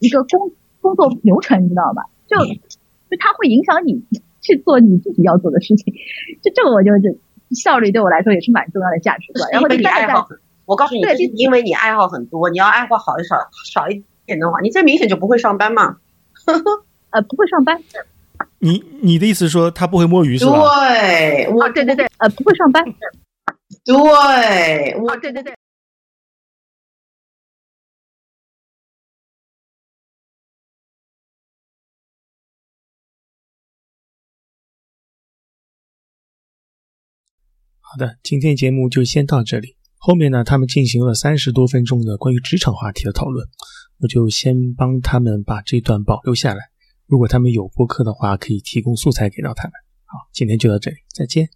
B: 一个工工作流程，你知道吧？就就它会影响你去做你自己要做的事情，这这个我就是效率对我来说也是蛮重要的价值观。然后
E: 你
B: 你
E: 的爱
B: 爱
E: 好，我告诉你，
B: 对
E: 这是因为你爱好很多，你要爱好好一少少一点的话，你这明显就不会上班嘛。
B: 呃不会上班
A: 你你的意思是说他不会摸鱼是吧？
E: 对，我
B: 啊，对对对，呃不会上班
E: 对我
B: 啊，对对对。
A: 好的，今天节目就先到这里。后面呢，他们进行了三十多分钟的关于职场话题的讨论，我就先帮他们把这段保留下来。如果他们有播客的话，可以提供素材给到他们。好，今天就到这里，再见。